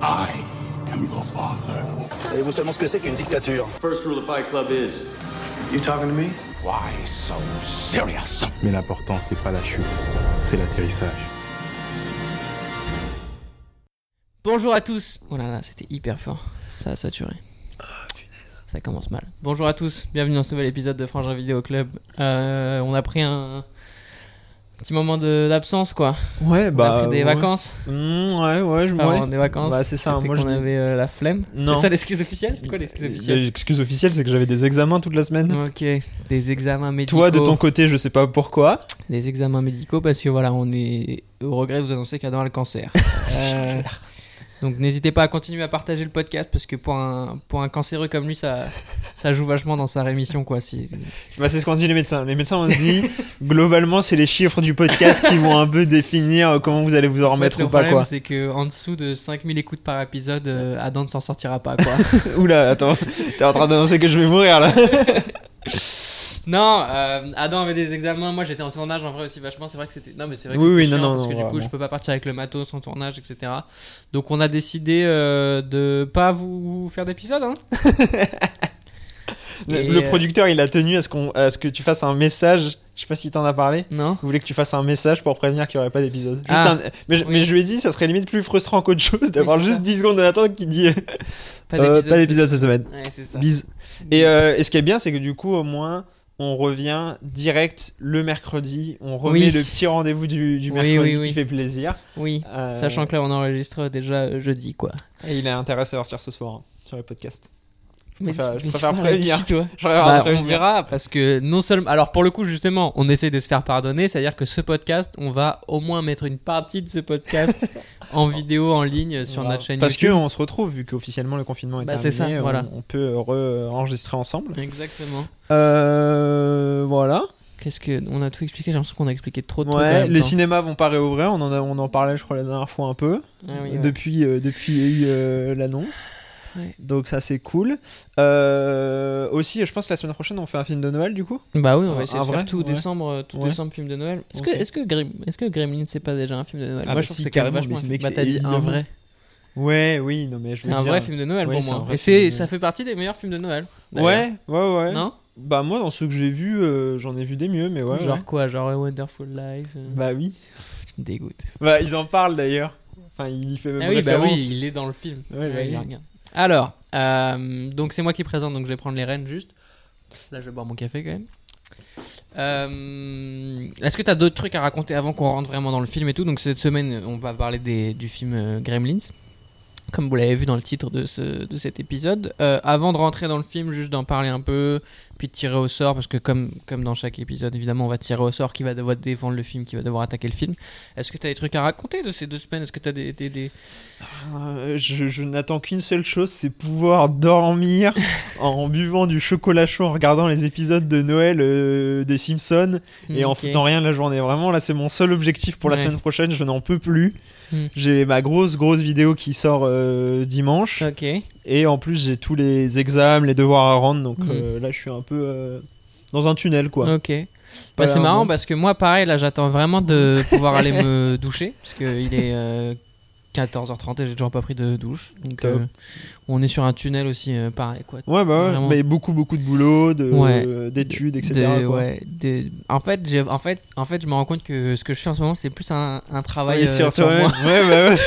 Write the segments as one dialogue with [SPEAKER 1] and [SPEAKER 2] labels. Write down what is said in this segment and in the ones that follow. [SPEAKER 1] I am your father.
[SPEAKER 2] Savez-vous seulement ce que c'est qu'une dictature
[SPEAKER 3] First rule of Fight Club is You talking to me
[SPEAKER 1] Why so serious?
[SPEAKER 4] Mais l'important, c'est pas la chute, c'est l'atterrissage.
[SPEAKER 5] Bonjour à tous. Oh là là, c'était hyper fort. Ça a saturé. Ça commence mal. Bonjour à tous. Bienvenue dans ce nouvel épisode de Frangin Vidéo Club. Euh, on a pris un petit moment de- d'absence, quoi.
[SPEAKER 6] Ouais,
[SPEAKER 5] On
[SPEAKER 6] bah.
[SPEAKER 5] a pris des
[SPEAKER 6] ouais.
[SPEAKER 5] vacances.
[SPEAKER 6] Mmh, ouais, ouais, je
[SPEAKER 5] Pas
[SPEAKER 6] ouais.
[SPEAKER 5] vraiment des vacances.
[SPEAKER 6] Bah, c'est ça,
[SPEAKER 5] C'était
[SPEAKER 6] moi je
[SPEAKER 5] qu'on
[SPEAKER 6] dis-
[SPEAKER 5] avait euh, la flemme.
[SPEAKER 6] Non.
[SPEAKER 5] C'était ça l'excuse officielle C'était quoi l'excuse officielle
[SPEAKER 6] L'excuse officielle, c'est que j'avais des examens toute la semaine.
[SPEAKER 5] Ok, des examens médicaux.
[SPEAKER 6] Toi, de ton côté, je sais pas pourquoi.
[SPEAKER 5] Des examens médicaux parce que voilà, on est au regret de vous annoncer qu'Adam a le cancer. Euh, donc n'hésitez pas à continuer à partager le podcast parce que pour un, pour un cancéreux comme lui, ça, ça joue vachement dans sa rémission quoi. Si,
[SPEAKER 6] Bah, c'est ce qu'ont dit les médecins. Les médecins ont dit, globalement, c'est les chiffres du podcast qui vont un peu définir euh, comment vous allez vous en remettre
[SPEAKER 5] le
[SPEAKER 6] ou pas,
[SPEAKER 5] problème,
[SPEAKER 6] quoi.
[SPEAKER 5] c'est que en dessous de 5000 écoutes par épisode, euh, Adam ne s'en sortira pas quoi.
[SPEAKER 6] Oula, attends, t'es en train d'annoncer que je vais mourir là.
[SPEAKER 5] non, euh, Adam avait des examens. Moi j'étais en tournage en vrai aussi vachement. C'est vrai que c'était. Non mais c'est vrai que
[SPEAKER 6] Oui,
[SPEAKER 5] c'était
[SPEAKER 6] oui,
[SPEAKER 5] chiant
[SPEAKER 6] non, non,
[SPEAKER 5] parce
[SPEAKER 6] non,
[SPEAKER 5] que du coup
[SPEAKER 6] vraiment.
[SPEAKER 5] je peux pas partir avec le matos en tournage etc. Donc on a décidé euh, de pas vous faire d'épisode. Hein.
[SPEAKER 6] Le,
[SPEAKER 5] Et,
[SPEAKER 6] le
[SPEAKER 5] euh,
[SPEAKER 6] producteur, il a tenu à ce, qu'on, à ce que tu fasses un message. Je sais pas si t'en as parlé.
[SPEAKER 5] euh, Non.
[SPEAKER 6] Vous voulez que tu fasses un message pour prévenir qu'il n'y aurait pas d'épisode. Juste
[SPEAKER 5] Ah.
[SPEAKER 6] un- mais, je,
[SPEAKER 5] Oui.
[SPEAKER 6] mais je lui ai dit, ça serait limite plus frustrant qu'autre chose d'avoir
[SPEAKER 5] c'est
[SPEAKER 6] juste
[SPEAKER 5] ça.
[SPEAKER 6] 10 secondes d'attente qui dit euh,
[SPEAKER 5] Pas
[SPEAKER 6] euh,
[SPEAKER 5] d'épisode.
[SPEAKER 6] pas d'épisode cette semaine.
[SPEAKER 5] c'est- Ouais, c'est ça.
[SPEAKER 6] Bise. Et, euh, et ce qui est bien, c'est que du coup, au moins, on revient direct le mercredi. On remet
[SPEAKER 5] Oui.
[SPEAKER 6] le petit rendez-vous du, du
[SPEAKER 5] Oui,
[SPEAKER 6] mercredi
[SPEAKER 5] oui,
[SPEAKER 6] qui
[SPEAKER 5] oui.
[SPEAKER 6] fait plaisir.
[SPEAKER 5] Oui.
[SPEAKER 6] Euh,
[SPEAKER 5] Sachant que là, on enregistre déjà euh, jeudi, quoi.
[SPEAKER 6] Et il a intérêt à sortir ce soir hein, sur le podcast.
[SPEAKER 5] Mais,
[SPEAKER 6] préfère- je
[SPEAKER 5] mais tu
[SPEAKER 6] préfère
[SPEAKER 5] parles à
[SPEAKER 6] prévenir.
[SPEAKER 5] qui, toi
[SPEAKER 6] J'aurais
[SPEAKER 5] Bah,
[SPEAKER 6] envie de
[SPEAKER 5] on
[SPEAKER 6] dire.
[SPEAKER 5] verra parce que non seulement alors pour le coup justement on essaie de se faire pardonner c'est à dire que ce podcast on va au moins mettre une partie de ce podcast en vidéo en ligne sur notre chaîne
[SPEAKER 6] Parce
[SPEAKER 5] YouTube
[SPEAKER 6] qu'on se retrouve, vu qu'officiellement le confinement est
[SPEAKER 5] Bah, c'est
[SPEAKER 6] terminé,
[SPEAKER 5] ça,
[SPEAKER 6] on,
[SPEAKER 5] voilà.
[SPEAKER 6] on peut re-enregistrer ensemble.
[SPEAKER 5] exactement
[SPEAKER 6] Euh, voilà.
[SPEAKER 5] qu'est-ce que on a tout expliqué j'ai l'impression qu'on a expliqué trop de trucs en
[SPEAKER 6] Ouais,
[SPEAKER 5] même
[SPEAKER 6] les
[SPEAKER 5] temps.
[SPEAKER 6] cinémas vont pas réouvrir, on en, a, on en parlait je crois la dernière fois un peu,
[SPEAKER 5] Ah oui, ouais.
[SPEAKER 6] depuis, euh, depuis il y a eu euh, l'annonce.
[SPEAKER 5] Ouais.
[SPEAKER 6] Donc ça c'est cool. Euh, aussi je pense que la semaine prochaine on fait un film de Noël du coup.
[SPEAKER 5] bah oui on va
[SPEAKER 6] Un
[SPEAKER 5] essayer de
[SPEAKER 6] Ah, vrai,
[SPEAKER 5] faire tout
[SPEAKER 6] ouais.
[SPEAKER 5] décembre euh, tout
[SPEAKER 6] Ouais.
[SPEAKER 5] décembre film de Noël est-ce
[SPEAKER 6] Ok.
[SPEAKER 5] que est-ce que Grim- est-ce que Gremlin c'est pas déjà un film de Noël
[SPEAKER 6] Ah
[SPEAKER 5] moi
[SPEAKER 6] bah
[SPEAKER 5] je trouve
[SPEAKER 6] si,
[SPEAKER 5] que c'est quand même
[SPEAKER 6] carrément, mais
[SPEAKER 5] vachement un
[SPEAKER 6] ce
[SPEAKER 5] film.
[SPEAKER 6] mec,
[SPEAKER 5] bah
[SPEAKER 6] c'est
[SPEAKER 5] t'as dit un
[SPEAKER 6] évidemment.
[SPEAKER 5] vrai
[SPEAKER 6] Ouais oui non mais je veux
[SPEAKER 5] un
[SPEAKER 6] dire. euh,
[SPEAKER 5] vrai film de Noël
[SPEAKER 6] oui,
[SPEAKER 5] pour
[SPEAKER 6] c'est un
[SPEAKER 5] moi
[SPEAKER 6] vrai
[SPEAKER 5] et
[SPEAKER 6] film de
[SPEAKER 5] c'est
[SPEAKER 6] Noël.
[SPEAKER 5] ça fait partie des meilleurs films de Noël d'ailleurs.
[SPEAKER 6] Ouais ouais ouais.
[SPEAKER 5] bah, non
[SPEAKER 6] Bah moi dans ceux que j'ai vus euh, j'en ai vu des mieux mais ouais.
[SPEAKER 5] genre
[SPEAKER 6] ouais.
[SPEAKER 5] quoi genre A Wonderful Life euh,
[SPEAKER 6] Bah oui.
[SPEAKER 5] tu me dégoûtes
[SPEAKER 6] Bah ils en parlent d'ailleurs. Enfin il y fait même
[SPEAKER 5] Ah oui, bah
[SPEAKER 6] référence.
[SPEAKER 5] oui, il est dans le film. Ah
[SPEAKER 6] Ouais, bah
[SPEAKER 5] il
[SPEAKER 6] oui.
[SPEAKER 5] regarde. Alors, euh, donc c'est moi qui présente, donc je vais prendre les rênes juste. Là, je vais boire mon café quand même. Euh, Est-ce que t'as d'autres trucs à raconter avant qu'on rentre vraiment dans le film et tout Donc cette semaine, on va parler des- du film euh, Gremlins, comme vous l'avez vu dans le titre de, ce- de cet épisode. Euh, avant de rentrer dans le film, juste d'en parler un peu, puis de tirer au sort, parce que comme, comme dans chaque épisode, évidemment, on va tirer au sort qui va devoir défendre le film, qui va devoir attaquer le film. Est-ce que t'as des trucs à raconter de ces deux semaines Est-ce que t'as des- des- des,
[SPEAKER 6] Euh, je je n'attends qu'une seule chose, c'est pouvoir dormir en buvant du chocolat chaud, en regardant les épisodes de Noël euh, des Simpsons et en
[SPEAKER 5] Mm, Ok.
[SPEAKER 6] foutant rien de la journée. Vraiment, là, c'est mon seul objectif pour la
[SPEAKER 5] Ouais.
[SPEAKER 6] semaine prochaine. Je n'en peux plus.
[SPEAKER 5] Hmm.
[SPEAKER 6] J'ai ma grosse, grosse vidéo qui sort euh, dimanche.
[SPEAKER 5] Ok.
[SPEAKER 6] Et en plus, j'ai tous les examens, les devoirs à rendre. Donc
[SPEAKER 5] Hmm.
[SPEAKER 6] euh, là, je suis un peu euh, dans un tunnel, quoi.
[SPEAKER 5] Ok.
[SPEAKER 6] Pas
[SPEAKER 5] Bah, c'est
[SPEAKER 6] l'air
[SPEAKER 5] marrant
[SPEAKER 6] bon.
[SPEAKER 5] parce que moi, pareil, là, j'attends vraiment de pouvoir aller me doucher parce qu'il est euh, 14h30 et j'ai toujours pas pris de douche. Donc,
[SPEAKER 6] Top.
[SPEAKER 5] euh, on est sur un tunnel aussi, euh, pareil, quoi.
[SPEAKER 6] Ouais, bah ouais.
[SPEAKER 5] Vraiment.
[SPEAKER 6] Mais beaucoup, beaucoup de boulot, de-
[SPEAKER 5] Ouais.
[SPEAKER 6] d'études, etc.
[SPEAKER 5] De-
[SPEAKER 6] quoi.
[SPEAKER 5] ouais, de- En, fait, j'ai- en, fait, en fait, je me rends compte que ce que je fais en ce moment, c'est plus un, un travail
[SPEAKER 6] Ouais,
[SPEAKER 5] euh,
[SPEAKER 6] sur
[SPEAKER 5] sur
[SPEAKER 6] toi-même.
[SPEAKER 5] moi.
[SPEAKER 6] Ouais, bah ouais.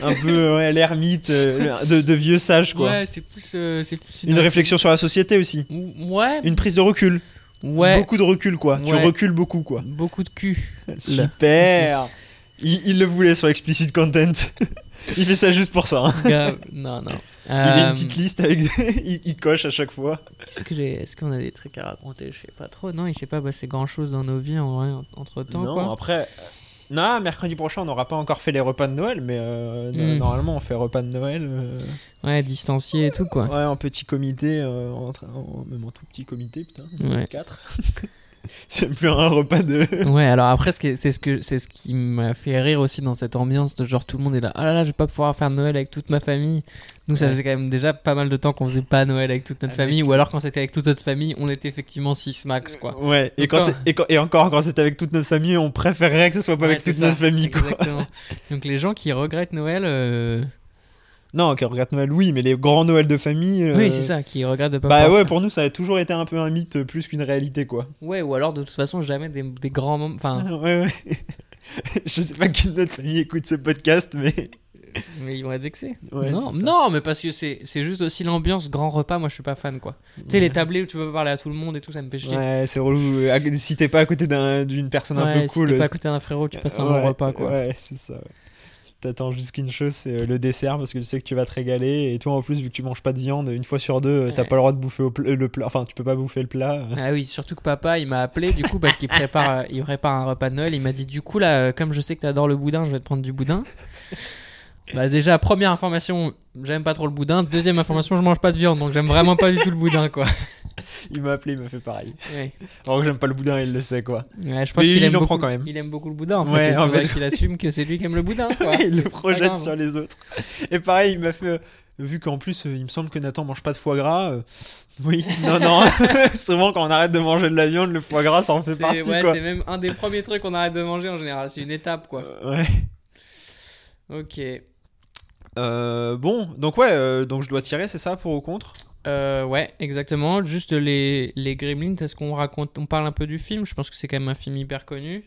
[SPEAKER 6] Un peu ouais, l'ermite euh, de, de vieux sage, quoi.
[SPEAKER 5] Ouais, c'est plus, euh, c'est plus
[SPEAKER 6] Une réflexion sur la société aussi.
[SPEAKER 5] Ouais,
[SPEAKER 6] Une prise de recul.
[SPEAKER 5] ouais.
[SPEAKER 6] Beaucoup de recul, quoi. Tu
[SPEAKER 5] Ouais.
[SPEAKER 6] recules beaucoup, quoi.
[SPEAKER 5] Beaucoup de cul.
[SPEAKER 6] Super. Il, il le voulait sur explicit content. il fait ça juste pour ça. hein.
[SPEAKER 5] Grave. non, non.
[SPEAKER 6] Il a
[SPEAKER 5] Euh,
[SPEAKER 6] une petite liste avec. il, il coche à chaque fois.
[SPEAKER 5] Qu'est-ce que j'ai Est-ce qu'on a des trucs à raconter Je sais pas trop. Non, il s'est pas passé grand-chose dans nos vies en vrai entre temps.
[SPEAKER 6] non,
[SPEAKER 5] quoi.
[SPEAKER 6] après. euh, Non, mercredi prochain, on n'aura pas encore fait les repas de Noël, mais euh, no-
[SPEAKER 5] Mm.
[SPEAKER 6] normalement, on fait repas de Noël. euh,
[SPEAKER 5] Ouais, distancié et tout quoi.
[SPEAKER 6] Ouais, en petit comité, euh, en tra- en- même en tout petit comité, putain.
[SPEAKER 5] Ouais.
[SPEAKER 6] 4. C'est plus un repas de.
[SPEAKER 5] Ouais. Alors après, ce qui est- c'est ce que c'est ce qui m'a fait rire aussi dans cette ambiance de genre tout le monde est là. Ah là là, je vais pas pouvoir faire Noël avec toute ma famille. Nous, ça
[SPEAKER 6] Ouais.
[SPEAKER 5] faisait quand même déjà pas mal de temps qu'on faisait pas Noël avec toute notre
[SPEAKER 6] Avec-
[SPEAKER 5] famille, ou alors quand c'était avec toute notre famille, on était effectivement 6 max quoi.
[SPEAKER 6] Ouais, et,
[SPEAKER 5] Donc
[SPEAKER 6] quand
[SPEAKER 5] quand-
[SPEAKER 6] c'est- et, quand- et encore, quand c'est avec toute notre famille, on préférerait que ce soit pas
[SPEAKER 5] Ouais,
[SPEAKER 6] avec
[SPEAKER 5] c'est
[SPEAKER 6] toute
[SPEAKER 5] ça.
[SPEAKER 6] notre famille, quoi.
[SPEAKER 5] Exactement. Donc les gens qui regrettent Noël. euh,
[SPEAKER 6] Non, qui regrette Noël, oui, mais les grands Noël de famille. euh,
[SPEAKER 5] Oui, c'est ça, qui regrette de pas
[SPEAKER 6] Bah
[SPEAKER 5] pouvoir
[SPEAKER 6] ouais,
[SPEAKER 5] faire.
[SPEAKER 6] pour nous, ça a toujours été un peu un mythe euh, plus qu'une réalité, quoi.
[SPEAKER 5] Ouais, ou alors de toute façon, jamais des, des grands moments. Enfin,
[SPEAKER 6] Ouais, ouais. Je sais pas qui de notre famille écoute ce podcast, mais.
[SPEAKER 5] mais ils vont être vexés.
[SPEAKER 6] Ouais,
[SPEAKER 5] non,
[SPEAKER 6] c'est ça.
[SPEAKER 5] non, mais parce que c'est c'est juste aussi l'ambiance grand repas. Moi, je suis pas fan, quoi. Tu sais, les tablés où tu peux parler à tout le monde et tout, ça me fait chier.
[SPEAKER 6] Ouais, c'est relou. Euh, À- Si t'es pas à côté d'un- d'une personne un
[SPEAKER 5] Ouais,
[SPEAKER 6] peu
[SPEAKER 5] si
[SPEAKER 6] cool. euh,
[SPEAKER 5] t'es pas à côté d'un frérot, tu passes un
[SPEAKER 6] ouais,
[SPEAKER 5] bon repas, quoi.
[SPEAKER 6] Ouais, c'est ça. ouais. T'attends juste qu'une chose, c'est euh, le dessert parce que tu sais que tu vas te régaler. Et toi, en plus, vu que tu manges pas de viande, une fois sur deux, euh, t'as
[SPEAKER 5] Ouais.
[SPEAKER 6] pas le droit de bouffer au pla- le plat. Enfin, tu peux pas bouffer le plat.
[SPEAKER 5] Ah oui, surtout que papa, il m'a appelé du coup parce qu'il prépare, euh, il prépare un repas de Noël. Il m'a dit du coup là, euh, comme je sais que t'adores le boudin, je vais te prendre du boudin. Bah déjà première information, j'aime pas trop le boudin. Deuxième information, je mange pas de viande, donc j'aime vraiment pas du tout le boudin quoi.
[SPEAKER 6] Il m'a appelé, il m'a fait pareil.
[SPEAKER 5] Ouais.
[SPEAKER 6] Alors que j'aime pas le boudin, il le sait quoi.
[SPEAKER 5] Ouais, je pense
[SPEAKER 6] Mais
[SPEAKER 5] qu'il
[SPEAKER 6] il
[SPEAKER 5] aime
[SPEAKER 6] en
[SPEAKER 5] beaucoup.
[SPEAKER 6] prend quand même.
[SPEAKER 5] Il aime beaucoup le boudin en fait.
[SPEAKER 6] Ouais,
[SPEAKER 5] il
[SPEAKER 6] en
[SPEAKER 5] faudrait
[SPEAKER 6] fait,
[SPEAKER 5] qu'il assume que c'est lui qui aime le boudin quoi.
[SPEAKER 6] Ouais, il le
[SPEAKER 5] Hein. C'est pas
[SPEAKER 6] projette
[SPEAKER 5] grave.
[SPEAKER 6] sur les autres. Et pareil, il m'a fait. euh, Vu qu'en plus, euh, il me semble que Nathan mange pas de foie gras. euh, oui, non, non. Souvent, quand on arrête de manger de la viande, le foie gras, ça en fait
[SPEAKER 5] C'est-
[SPEAKER 6] partie,
[SPEAKER 5] ouais,
[SPEAKER 6] quoi.
[SPEAKER 5] c'est même un des premiers trucs qu'on arrête de manger en général. C'est une étape quoi.
[SPEAKER 6] Euh, ouais.
[SPEAKER 5] Ok.
[SPEAKER 6] Euh, bon, donc ouais, euh, donc je dois tirer, c'est ça, pour ou contre
[SPEAKER 5] Euh, ouais, exactement. Juste les, les Gremlins, est-ce qu'on raconte, on parle un peu du film Je pense que c'est quand même un film hyper connu.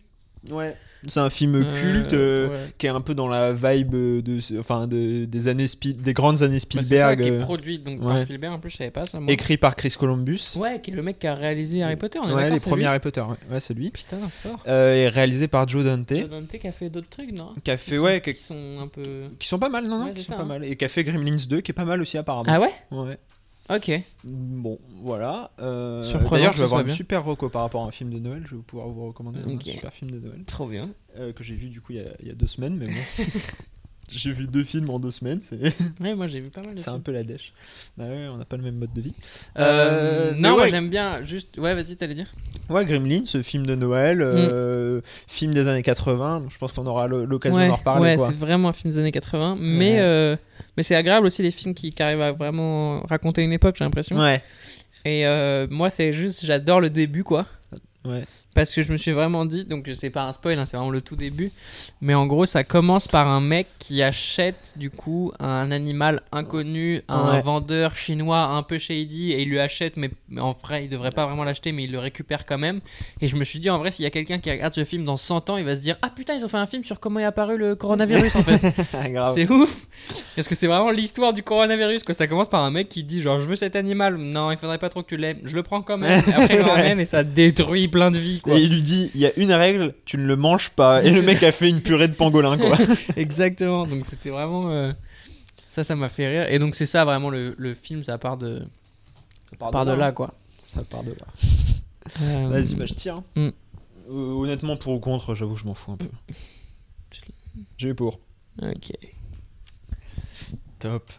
[SPEAKER 6] Ouais. C'est un film
[SPEAKER 5] Euh,
[SPEAKER 6] culte euh,
[SPEAKER 5] ouais.
[SPEAKER 6] qui est un peu dans la vibe euh, de, ce- enfin, de- des années Spi- des grandes années
[SPEAKER 5] Bah, c'est ça
[SPEAKER 6] Spielberg,
[SPEAKER 5] qui est
[SPEAKER 6] euh,
[SPEAKER 5] produit donc par
[SPEAKER 6] ouais.
[SPEAKER 5] Spielberg. En plus, je savais pas ça. Moi.
[SPEAKER 6] écrit par Chris Columbus.
[SPEAKER 5] Ouais, qui est le mec qui a réalisé Harry Potter. On est
[SPEAKER 6] Ouais,
[SPEAKER 5] d'accord,
[SPEAKER 6] les
[SPEAKER 5] c'est
[SPEAKER 6] premiers
[SPEAKER 5] lui
[SPEAKER 6] Harry Potter, ouais, ouais, c'est lui.
[SPEAKER 5] Putain, fort.
[SPEAKER 6] Euh, et réalisé par Joe Dante,
[SPEAKER 5] Joe Dante qui a fait d'autres trucs, non
[SPEAKER 6] qui a
[SPEAKER 5] Qui
[SPEAKER 6] fait
[SPEAKER 5] sont-
[SPEAKER 6] ouais, qui-
[SPEAKER 5] qui sont un peu.
[SPEAKER 6] qui sont pas mal, non, non,
[SPEAKER 5] Ouais,
[SPEAKER 6] qui
[SPEAKER 5] c'est
[SPEAKER 6] sont
[SPEAKER 5] ça,
[SPEAKER 6] pas
[SPEAKER 5] hein.
[SPEAKER 6] mal, et qui a fait Gremlins 2, qui est pas mal aussi apparemment.
[SPEAKER 5] Ah ouais
[SPEAKER 6] ouais.
[SPEAKER 5] Ok.
[SPEAKER 6] Bon, voilà. Euh,
[SPEAKER 5] Surprenant
[SPEAKER 6] D'ailleurs, je
[SPEAKER 5] que ce
[SPEAKER 6] vais avoir
[SPEAKER 5] soit
[SPEAKER 6] une
[SPEAKER 5] bien.
[SPEAKER 6] super reco par rapport à un film de Noël. Je vais pouvoir vous recommander
[SPEAKER 5] Ok.
[SPEAKER 6] un super film de Noël
[SPEAKER 5] Trop bien.
[SPEAKER 6] euh, que j'ai vu du coup il y a, il y a deux semaines, mais bon. j'ai vu deux films en deux semaines, c'est
[SPEAKER 5] Ouais, moi j'ai vu pas mal de
[SPEAKER 6] c'est
[SPEAKER 5] films.
[SPEAKER 6] un peu la dèche. Bah ouais, on n'a pas le même mode de vie.
[SPEAKER 5] Euh,
[SPEAKER 6] mais
[SPEAKER 5] non, moi
[SPEAKER 6] ouais,
[SPEAKER 5] j'aime bien. Juste. Ouais, vas-y, t'allais dire.
[SPEAKER 6] ouais, Gremlin, ce film de
[SPEAKER 5] Mm.
[SPEAKER 6] Noël, euh, film des années 80. Je pense qu'on aura le- l'occasion
[SPEAKER 5] ouais,
[SPEAKER 6] d'en reparler.
[SPEAKER 5] ouais,
[SPEAKER 6] quoi.
[SPEAKER 5] c'est vraiment un film des années 80. Mais,
[SPEAKER 6] Ouais.
[SPEAKER 5] euh, mais c'est agréable aussi les films qui, qui arrivent à vraiment raconter une époque, j'ai l'impression.
[SPEAKER 6] Ouais.
[SPEAKER 5] Et euh, moi, c'est juste, j'adore le début, quoi.
[SPEAKER 6] Ouais.
[SPEAKER 5] Parce que je me suis vraiment dit, donc c'est pas un spoil, hein, c'est vraiment le tout début. Mais en gros, ça commence par un mec qui achète du coup un animal inconnu à un
[SPEAKER 6] Ouais.
[SPEAKER 5] vendeur chinois un peu shady et il lui achète, mais mais en vrai, il devrait pas vraiment l'acheter, mais il le récupère quand même. Et je me suis dit, en vrai, s'il y a quelqu'un qui regarde ce film dans 100 ans, il va se dire Ah putain, ils ont fait un film sur comment est apparu le coronavirus en fait.
[SPEAKER 6] Ah, grave.
[SPEAKER 5] C'est ouf Parce que c'est vraiment l'histoire du coronavirus que ça commence par un mec qui dit genre je veux cet animal, non il faudrait pas trop que tu l'aimes, je le prends quand même, Et après il le ramène et ça détruit plein de vies quoi.
[SPEAKER 6] Et il lui dit, il y a une règle, tu ne le manges pas. Et le mec a fait une purée de pangolin, quoi.
[SPEAKER 5] Exactement, donc c'était vraiment... euh, Ça ça m'a fait rire et donc c'est ça vraiment le, le film ça part de, part de là quoi.
[SPEAKER 6] Ça part de là.
[SPEAKER 5] Euh,
[SPEAKER 6] Vas-y, bah je tire.
[SPEAKER 5] Mm.
[SPEAKER 6] Euh, honnêtement, pour ou contre, j'avoue, je m'en fous un peu.
[SPEAKER 5] Mm.
[SPEAKER 6] J'ai eu pour.
[SPEAKER 5] Ok.
[SPEAKER 6] Top.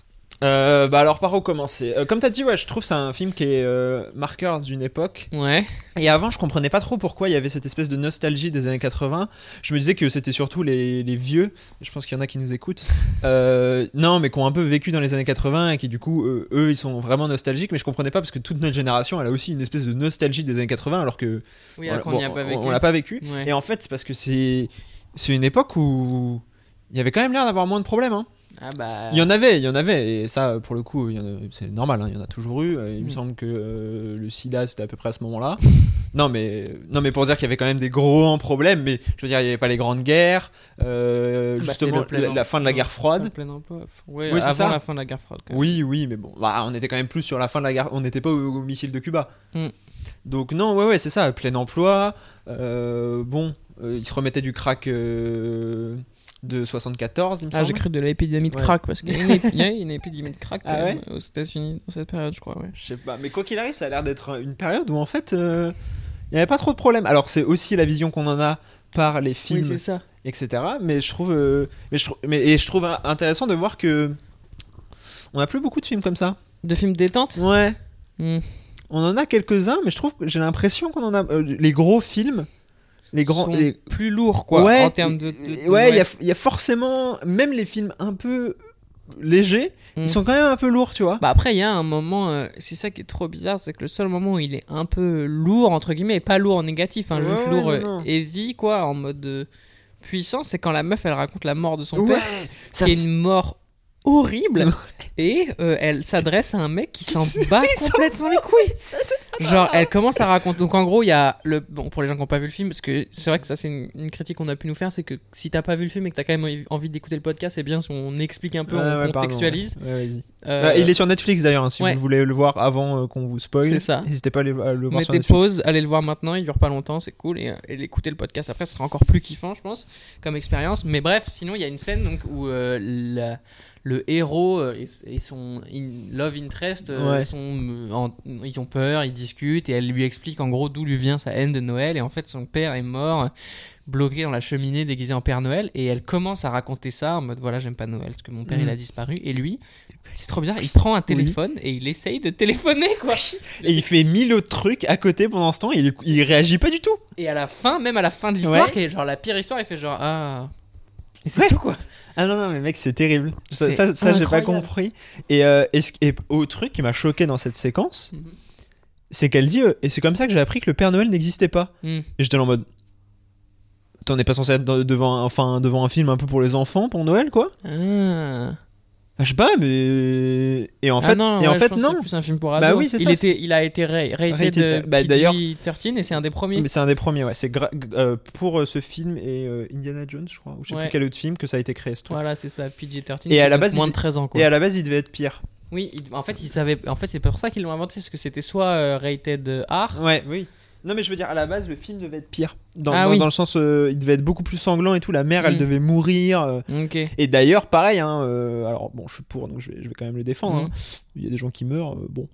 [SPEAKER 6] Euh, bah alors, par où commencer Euh, Comme t'as dit, ouais, je trouve c'est un film qui est euh, marqueur d'une époque.
[SPEAKER 5] Ouais.
[SPEAKER 6] Et avant, je comprenais pas trop pourquoi il y avait cette espèce de nostalgie des années 80. Je me disais que c'était surtout les, les vieux. Je pense qu'il y en a qui nous écoutent. Euh, non, mais qui ont un peu vécu dans les années 80 et qui, du coup, euh, eux, ils sont vraiment nostalgiques. Mais je comprenais pas parce que toute notre génération, elle a aussi une espèce de nostalgie des années 80 alors que
[SPEAKER 5] Oui
[SPEAKER 6] on l'a-
[SPEAKER 5] alors qu'on
[SPEAKER 6] bon,
[SPEAKER 5] n'y a pas
[SPEAKER 6] on-
[SPEAKER 5] vécu.
[SPEAKER 6] on l'a pas vécu.
[SPEAKER 5] Ouais.
[SPEAKER 6] Et en fait, c'est parce que c'est c'est une époque où il y avait quand même l'air d'avoir moins de problèmes. hein.
[SPEAKER 5] Ah bah...
[SPEAKER 6] Il y en avait, il y en avait, et ça, pour le coup, il y en a- c'est normal. hein, il y en a toujours eu. Euh, Il me
[SPEAKER 5] Mm.
[SPEAKER 6] semble que euh, le SIDA c'était à peu près à ce moment-là. non, mais non, mais pour dire qu'il y avait quand même des gros problèmes. Mais je veux dire, il n'y avait pas les grandes guerres. euh,
[SPEAKER 5] Bah, c'est
[SPEAKER 6] justement,
[SPEAKER 5] le plein
[SPEAKER 6] la, la fin de la
[SPEAKER 5] emploi.
[SPEAKER 6] guerre froide.
[SPEAKER 5] Plein emploi. Ouais,
[SPEAKER 6] Oui, c'est
[SPEAKER 5] avant
[SPEAKER 6] ça.
[SPEAKER 5] la fin de la guerre froide quand même.
[SPEAKER 6] Oui, oui, mais bon, bah, on était quand même plus sur la fin de la guerre. On n'était pas au, au missile de Cuba.
[SPEAKER 5] Mm.
[SPEAKER 6] Donc non, ouais, ouais, c'est ça, plein emploi. euh, bon, euh, ils se remettaient du crack euh, de 74, il me
[SPEAKER 5] Ah, j'ai
[SPEAKER 6] semble.
[SPEAKER 5] cru de l'épidémie de
[SPEAKER 6] Ouais.
[SPEAKER 5] crack parce qu'il y a une épi- il y a une épidémie de crack
[SPEAKER 6] Ah
[SPEAKER 5] quand
[SPEAKER 6] ouais
[SPEAKER 5] même aux États-Unis dans cette période, je crois. Ouais.
[SPEAKER 6] Je sais pas, mais quoi qu'il arrive, ça a l'air d'être une période où en fait, euh, il n'y avait pas trop de problèmes. Alors c'est aussi la vision qu'on en a par les films,
[SPEAKER 5] ça.
[SPEAKER 6] etc. Mais je trouve, euh, mais je, trou- mais, et je trouve euh, intéressant de voir que on n'a plus beaucoup de films comme ça.
[SPEAKER 5] De films détente
[SPEAKER 6] Ouais.
[SPEAKER 5] Hmm.
[SPEAKER 6] On en a quelques-uns, mais je trouve que j'ai l'impression qu'on en a. euh, les gros films, les grands.
[SPEAKER 5] Sont
[SPEAKER 6] les-
[SPEAKER 5] plus lourds quoi
[SPEAKER 6] Ouais,
[SPEAKER 5] en termes de, de- de-
[SPEAKER 6] ouais, il y a- il y, a forcément. Même les films un peu légers,
[SPEAKER 5] Mm.
[SPEAKER 6] ils sont quand même un peu lourds, tu vois.
[SPEAKER 5] Bah après il y a un moment euh, c'est ça qui est trop bizarre c'est que le seul moment où il est un peu lourd entre guillemets et pas lourd en négatif hein,
[SPEAKER 6] Ouais,
[SPEAKER 5] juste
[SPEAKER 6] ouais,
[SPEAKER 5] lourd
[SPEAKER 6] non,
[SPEAKER 5] euh,
[SPEAKER 6] non.
[SPEAKER 5] heavy quoi en mode euh, puissant c'est quand la meuf elle raconte la mort de son
[SPEAKER 6] Ouais,
[SPEAKER 5] père
[SPEAKER 6] ça-
[SPEAKER 5] qui est une mort horrible et euh, elle s'adresse à un mec qui s'en bat complètement les couilles. Genre elle commence à raconter. Donc en gros il y a le bon pour les gens qui n'ont pas vu le film parce que c'est vrai que ça c'est une, une critique qu'on a pu nous faire c'est que si t'as pas vu le film et que t'as quand même envie d'écouter le podcast c'est bien si on explique un peu
[SPEAKER 6] Ouais,
[SPEAKER 5] on
[SPEAKER 6] ouais, pardon,
[SPEAKER 5] contextualise.
[SPEAKER 6] ouais. Ouais, vas-y.
[SPEAKER 5] Euh,
[SPEAKER 6] Bah, il est sur Netflix d'ailleurs, hein, si
[SPEAKER 5] ouais.
[SPEAKER 6] vous voulez le voir avant euh, qu'on vous spoil.
[SPEAKER 5] C'est ça.
[SPEAKER 6] N'hésitez pas à aller- à le voir sur
[SPEAKER 5] Mettez
[SPEAKER 6] Netflix.
[SPEAKER 5] pause, allez le voir maintenant, il dure pas longtemps, c'est cool. Et, euh, et l'écouter le podcast après, ce sera encore plus kiffant, je pense, comme expérience. Mais bref, sinon, il y a une scène donc, où euh, la- le héros euh, et, et son in- love interest euh,
[SPEAKER 6] Ouais.
[SPEAKER 5] sont, euh, en- ils ont peur, ils discutent, et elle lui explique en gros d'où lui vient sa haine de Noël. Et en fait, son père est mort, euh, bloqué dans la cheminée, déguisé en Père Noël. Et elle commence à raconter ça en mode voilà, j'aime pas Noël parce que mon père
[SPEAKER 6] Mhm.
[SPEAKER 5] il a disparu. Et lui, c'est trop bizarre, il prend un téléphone et il essaye de téléphoner quoi.
[SPEAKER 6] Et il fait mille autres trucs à côté pendant ce temps, il, il réagit pas du tout.
[SPEAKER 5] Et à la fin, même à la fin de l'histoire,
[SPEAKER 6] Ouais.
[SPEAKER 5] qui est genre la pire histoire, il fait genre ah. Et c'est
[SPEAKER 6] Ouais.
[SPEAKER 5] tout quoi.
[SPEAKER 6] Ah non, non, mais mec, c'est terrible. Ça,
[SPEAKER 5] C'est
[SPEAKER 6] ça, ça, j'ai pas
[SPEAKER 5] incroyable.
[SPEAKER 6] compris. Et, euh, et ce- et au truc qui m'a choqué dans cette séquence,
[SPEAKER 5] Mhm.
[SPEAKER 6] c'est qu'elle dit euh, Et c'est comme ça que j'ai appris que le Père Noël n'existait pas.
[SPEAKER 5] Mm.
[SPEAKER 6] Et j'étais là en mode T'en es pas censé être de- devant, un- enfin, devant un film un peu pour les enfants pour Noël, quoi
[SPEAKER 5] Ah.
[SPEAKER 6] Ah, Je sais pas, mais. Et en fait,
[SPEAKER 5] ah non,
[SPEAKER 6] et en
[SPEAKER 5] ouais, je
[SPEAKER 6] fait
[SPEAKER 5] pense que
[SPEAKER 6] non.
[SPEAKER 5] c'est plus un film pour
[SPEAKER 6] Bah
[SPEAKER 5] ados.
[SPEAKER 6] oui, c'est
[SPEAKER 5] il
[SPEAKER 6] ça,
[SPEAKER 5] Était, il a été ra- rated euh,
[SPEAKER 6] Rated,
[SPEAKER 5] de
[SPEAKER 6] bah, d'ailleurs-
[SPEAKER 5] PG-13 et c'est un des premiers.
[SPEAKER 6] Mais c'est un des premiers, ouais. C'est gra- g- euh, pour euh, ce film et euh, Indiana Jones, je crois, ou je sais
[SPEAKER 5] Ouais.
[SPEAKER 6] plus quel autre film que ça a été créé ce truc.
[SPEAKER 5] Voilà, c'est ça, PG-13.
[SPEAKER 6] Et à la
[SPEAKER 5] donc
[SPEAKER 6] base,
[SPEAKER 5] moins
[SPEAKER 6] il-
[SPEAKER 5] de 13 ans quoi.
[SPEAKER 6] Et à la base, il devait être pire.
[SPEAKER 5] Oui, il- en fait, ils savaient. En fait, c'est pour ça qu'ils l'ont inventé parce que c'était soit euh, rated R.
[SPEAKER 6] Ouais, oui. Non, mais je veux dire, à la base, le film devait être pire. Dans,
[SPEAKER 5] Ah
[SPEAKER 6] dans,
[SPEAKER 5] oui.
[SPEAKER 6] dans le sens, euh, il devait être beaucoup plus sanglant et tout. La mère, elle
[SPEAKER 5] Mm.
[SPEAKER 6] devait mourir. euh,
[SPEAKER 5] Ok.
[SPEAKER 6] Et d'ailleurs, pareil, hein, euh, alors bon, je suis pour, donc je vais, je vais quand même le défendre.
[SPEAKER 5] Mhm.
[SPEAKER 6] hein. Il y a des gens qui meurent, euh, bon,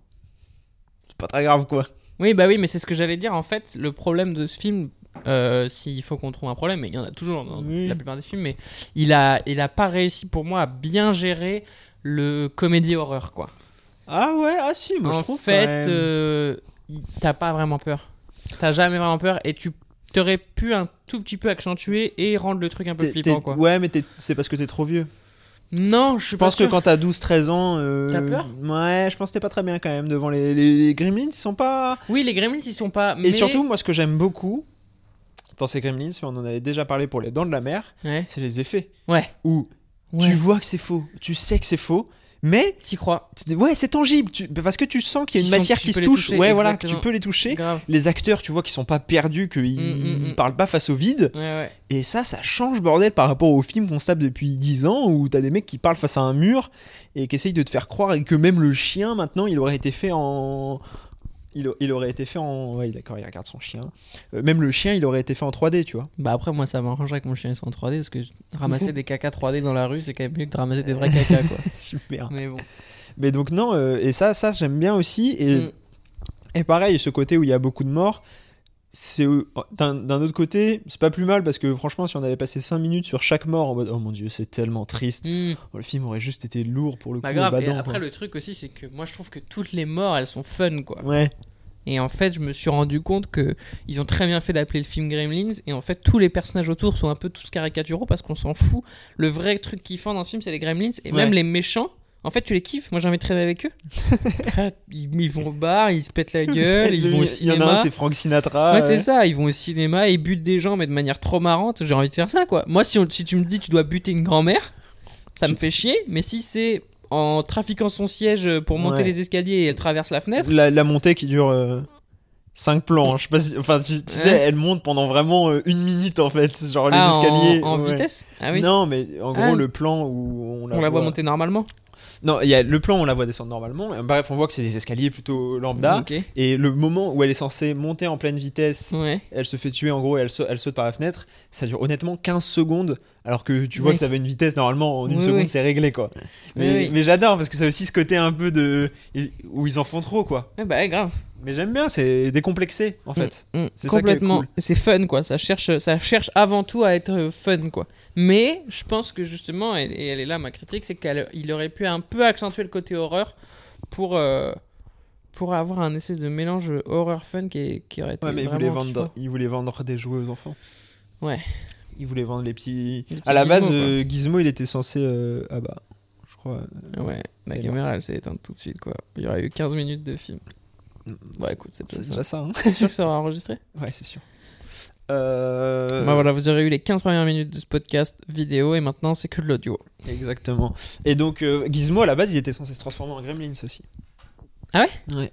[SPEAKER 6] c'est pas très grave quoi.
[SPEAKER 5] Oui, bah oui, mais c'est ce que j'allais dire. En fait, le problème de ce film, euh, s'il faut qu'on trouve un problème, mais il y en a toujours dans
[SPEAKER 6] Oui.
[SPEAKER 5] la plupart des films, mais il a, il a pas réussi pour moi à bien gérer le comédie horreur, quoi.
[SPEAKER 6] Ah ouais, ah si, moi
[SPEAKER 5] en
[SPEAKER 6] je trouve.
[SPEAKER 5] fait,
[SPEAKER 6] quand même.
[SPEAKER 5] euh, il- t'as pas vraiment peur. T'as jamais vraiment peur et tu t'aurais pu un tout petit peu accentuer et rendre le truc un peu
[SPEAKER 6] T'es-
[SPEAKER 5] flippant,
[SPEAKER 6] t'es-
[SPEAKER 5] quoi.
[SPEAKER 6] Ouais, mais t'es- c'est parce que t'es trop vieux.
[SPEAKER 5] Non, je
[SPEAKER 6] Je
[SPEAKER 5] suis
[SPEAKER 6] pense
[SPEAKER 5] pas
[SPEAKER 6] que
[SPEAKER 5] sûr.
[SPEAKER 6] quand t'as 12-13 ans. euh,
[SPEAKER 5] T'as peur
[SPEAKER 6] Ouais, je pense que t'es pas très bien quand même devant les, les, les gremlins, ils sont pas.
[SPEAKER 5] Oui, les Gremlins, ils sont pas. mais-
[SPEAKER 6] Et surtout, moi ce que j'aime beaucoup dans ces gremlins, mais on en avait déjà parlé pour les dents de la mer,
[SPEAKER 5] Ouais.
[SPEAKER 6] c'est les effets.
[SPEAKER 5] Ouais.
[SPEAKER 6] Où
[SPEAKER 5] Ouais.
[SPEAKER 6] tu vois que c'est faux, tu sais que c'est faux, mais
[SPEAKER 5] T'y crois.
[SPEAKER 6] C'est- Ouais, c'est tangible, tu- parce que tu sens qu'il y a
[SPEAKER 5] Tu
[SPEAKER 6] une
[SPEAKER 5] sens
[SPEAKER 6] matière
[SPEAKER 5] que tu
[SPEAKER 6] qui se
[SPEAKER 5] peux les
[SPEAKER 6] touche.
[SPEAKER 5] toucher,
[SPEAKER 6] ouais, voilà, que tu
[SPEAKER 5] exactement.
[SPEAKER 6] peux les toucher.
[SPEAKER 5] Grave.
[SPEAKER 6] Les acteurs, tu vois, qu'ils sont pas perdus, qu'ils
[SPEAKER 5] Mm, mm, mm.
[SPEAKER 6] parlent pas face au vide.
[SPEAKER 5] Ouais, ouais.
[SPEAKER 6] Et ça, ça change, bordel, par rapport aux films qu'on se tape depuis 10 ans où t'as des mecs qui parlent face à un mur et qui essayent de te faire croire et que même le chien, maintenant, il aurait été fait en. Il, a- il aurait été fait en. Ouais, d'accord, il regarde son chien. Euh, même le chien, il aurait été fait en 3D, tu vois.
[SPEAKER 5] Bah après moi ça m'arrangerait que mon chien soit en 3D parce que ramasser des caca 3D dans la rue c'est quand même mieux que de ramasser des vrais caca quoi.
[SPEAKER 6] Super.
[SPEAKER 5] Mais bon.
[SPEAKER 6] Mais donc, non, euh, et ça, ça, j'aime bien aussi. Et.
[SPEAKER 5] Mm.
[SPEAKER 6] Et pareil, ce côté où il y a beaucoup de morts, c'est d'un d'un autre côté, c'est pas plus mal parce que franchement, si on avait passé 5 minutes sur chaque mort en mode oh mon dieu, c'est tellement triste,
[SPEAKER 5] Mm.
[SPEAKER 6] Oh, le film aurait juste été lourd pour le
[SPEAKER 5] Bah
[SPEAKER 6] coup.
[SPEAKER 5] grave.
[SPEAKER 6] badant,
[SPEAKER 5] et après
[SPEAKER 6] quoi.
[SPEAKER 5] le truc aussi c'est que moi je trouve que toutes les morts elles sont fun quoi.
[SPEAKER 6] Ouais,
[SPEAKER 5] Et en fait je me suis rendu compte que ils ont très bien fait d'appeler le film Gremlins et en fait tous les personnages autour sont un peu tous caricaturaux parce qu'on s'en fout. Le vrai truc kiffant dans ce film c'est les Gremlins et
[SPEAKER 6] Ouais.
[SPEAKER 5] même les méchants. En fait, tu les kiffes. Moi, j'ai envie de traîner avec eux. Après, ils, ils vont au bar, ils se pètent la gueule, ils
[SPEAKER 6] Il y-
[SPEAKER 5] vont au
[SPEAKER 6] Il y
[SPEAKER 5] cinéma.
[SPEAKER 6] en a un, c'est Frank Sinatra.
[SPEAKER 5] ouais, c'est
[SPEAKER 6] euh,
[SPEAKER 5] ça, ils vont au cinéma, ils butent des gens, mais de manière trop marrante. J'ai envie de faire ça, quoi. Moi, si, on- si tu me dis tu dois buter une grand-mère, ça me fait chier, mais si c'est en trafiquant son siège pour monter
[SPEAKER 6] Ouais.
[SPEAKER 5] les escaliers et elle traverse la fenêtre,
[SPEAKER 6] euh, La, la montée qui dure 5 plans, hein. je sais pas si- Enfin, tu, tu sais,
[SPEAKER 5] Ouais.
[SPEAKER 6] elle monte pendant vraiment euh, une minute en fait, genre les
[SPEAKER 5] ah, en-
[SPEAKER 6] escaliers.
[SPEAKER 5] en,
[SPEAKER 6] ouais.
[SPEAKER 5] vitesse, ah oui,
[SPEAKER 6] Non, mais en gros,
[SPEAKER 5] Ah oui.
[SPEAKER 6] le plan où on la,
[SPEAKER 5] on la voit monter normalement.
[SPEAKER 6] Non, il y a le plan, on la voit descendre normalement. Bref, on voit que c'est des escaliers plutôt lambda.
[SPEAKER 5] Ok.
[SPEAKER 6] Et le moment où elle est censée monter en pleine vitesse,
[SPEAKER 5] Ouais.
[SPEAKER 6] elle se fait tuer en gros, et elle, sa- elle saute par la fenêtre, ça dure honnêtement 15 secondes, alors que tu vois
[SPEAKER 5] Oui.
[SPEAKER 6] que ça avait une vitesse, normalement en une
[SPEAKER 5] Oui,
[SPEAKER 6] seconde
[SPEAKER 5] oui.
[SPEAKER 6] c'est réglé quoi. Mais,
[SPEAKER 5] oui.
[SPEAKER 6] mais j'adore parce que ça a aussi ce côté un peu de. et- où ils en font trop quoi.
[SPEAKER 5] Ouais, bah, grave.
[SPEAKER 6] Mais j'aime bien, c'est décomplexé en fait.
[SPEAKER 5] Mm, mm,
[SPEAKER 6] C'est ça qui est
[SPEAKER 5] complètement.
[SPEAKER 6] cool.
[SPEAKER 5] C'est fun, quoi. Ça cherche, ça cherche avant tout à être euh, fun, quoi. Mais je pense que justement, et, et elle est là ma critique, c'est qu'il aurait pu un peu accentuer le côté horreur pour euh, pour avoir un espèce de mélange horreur fun qui, est- qui aurait été
[SPEAKER 6] Ouais, mais ils voulaient,
[SPEAKER 5] vraiment
[SPEAKER 6] vendre,
[SPEAKER 5] kiffant.
[SPEAKER 6] ils voulaient vendre des jouets aux enfants.
[SPEAKER 5] Ouais.
[SPEAKER 6] Ils voulaient vendre les petits.
[SPEAKER 5] Les petits
[SPEAKER 6] à la base,
[SPEAKER 5] gizmos, quoi.
[SPEAKER 6] euh, Gizmo il était censé. euh, ah bah, je crois.
[SPEAKER 5] Ouais, la
[SPEAKER 6] Et
[SPEAKER 5] caméra elle s'est éteinte tout de suite, quoi. Il y aurait eu 15 minutes de film. Bah écoute, c'est
[SPEAKER 6] C'est
[SPEAKER 5] peut-être ça.
[SPEAKER 6] déjà ça, hein.
[SPEAKER 5] T'es sûr que ça aura enregistré
[SPEAKER 6] Ouais, c'est sûr. Euh,
[SPEAKER 5] Bah voilà, vous aurez eu les 15 premières minutes de ce podcast vidéo et maintenant c'est que de l'audio.
[SPEAKER 6] Exactement. Et donc, euh, Gizmo, à la base, il était censé se transformer en Gremlins aussi.
[SPEAKER 5] Ah
[SPEAKER 6] Ouais.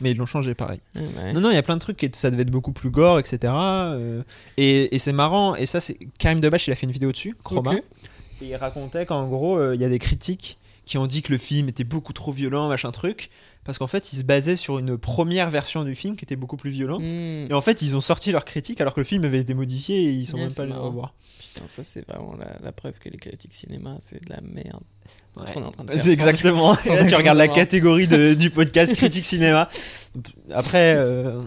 [SPEAKER 6] Mais ils l'ont changé pareil.
[SPEAKER 5] Ouais, ouais.
[SPEAKER 6] Non, non, il y a plein de trucs, et ça devait être beaucoup plus gore, etc. euh, et et c'est marrant, et ça, c'est Karim Debache, il a fait une vidéo dessus, Chroma.
[SPEAKER 5] Ok.
[SPEAKER 6] Et il racontait qu'en gros, euh, il y a des critiques qui ont dit que le film était beaucoup trop violent, machin truc, parce qu'en fait, il se basait sur une première version du film qui était beaucoup plus violente.
[SPEAKER 5] Mm.
[SPEAKER 6] Et en fait, ils ont sorti leurs critiques alors que le film avait été modifié et ils sont
[SPEAKER 5] Ouais,
[SPEAKER 6] même
[SPEAKER 5] c'est
[SPEAKER 6] pas allés le
[SPEAKER 5] marrant.
[SPEAKER 6] revoir.
[SPEAKER 5] Putain, ça c'est vraiment la, la preuve que les critiques cinéma c'est de la merde. C'est ce
[SPEAKER 6] Ouais.
[SPEAKER 5] qu'on est en train de faire.
[SPEAKER 6] C'est
[SPEAKER 5] je pense.
[SPEAKER 6] exactement.
[SPEAKER 5] pense
[SPEAKER 6] Là,
[SPEAKER 5] que
[SPEAKER 6] tu
[SPEAKER 5] je
[SPEAKER 6] regardes
[SPEAKER 5] pense
[SPEAKER 6] la
[SPEAKER 5] avoir-
[SPEAKER 6] catégorie de- du podcast critique cinéma. Après, euh,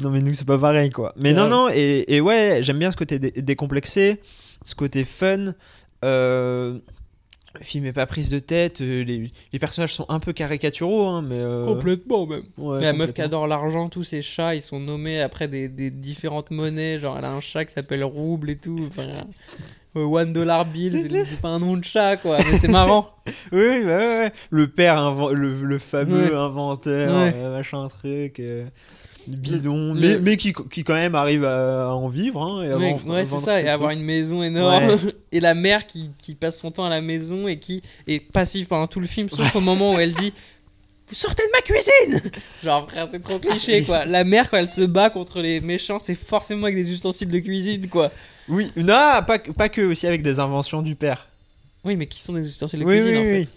[SPEAKER 6] non mais nous c'est pas pareil quoi. Mais non
[SPEAKER 5] Grave.
[SPEAKER 6] non et, et ouais, j'aime bien ce côté dé- décomplexé, ce côté fun. Euh, Le film est pas prise de tête. euh, Les, les personnages sont un peu caricaturaux, hein, mais euh,
[SPEAKER 5] Complètement même.
[SPEAKER 6] ouais,
[SPEAKER 5] Mais la meuf qui
[SPEAKER 6] complètement.
[SPEAKER 5] adore l'argent, tous ces chats, ils sont nommés après des, des différentes monnaies. Genre, elle a un chat qui s'appelle Rouble et tout. Enfin, euh, One Dollar Bill, c'est- c'est pas un nom de chat, quoi. Mais c'est marrant.
[SPEAKER 6] Oui, oui, bah ouais, ouais. Le père, inven- le, le fameux
[SPEAKER 5] Ouais.
[SPEAKER 6] inventeur,
[SPEAKER 5] Ouais.
[SPEAKER 6] euh, machin truc, euh, bidon,
[SPEAKER 5] Le-
[SPEAKER 6] mais,
[SPEAKER 5] le-
[SPEAKER 6] mais qui, qui quand même arrive à, à en vivre. Hein, et à
[SPEAKER 5] Ouais,
[SPEAKER 6] vendre-
[SPEAKER 5] ouais, c'est
[SPEAKER 6] vendre
[SPEAKER 5] ça.
[SPEAKER 6] ses
[SPEAKER 5] Et avoir
[SPEAKER 6] trucs.
[SPEAKER 5] une maison énorme.
[SPEAKER 6] Ouais.
[SPEAKER 5] Et la mère qui, qui passe son temps à la maison et qui est passive pendant tout le film, sauf au moment où elle dit. Vous sortez de ma cuisine Genre frère c'est trop cliché quoi. La mère quand elle se bat contre les méchants c'est forcément avec des ustensiles de cuisine quoi.
[SPEAKER 6] Oui, non, pas, que- pas que, aussi avec des inventions du père.
[SPEAKER 5] Oui mais qui sont des ustensiles de
[SPEAKER 6] oui,
[SPEAKER 5] cuisine
[SPEAKER 6] oui,
[SPEAKER 5] en fait
[SPEAKER 6] oui.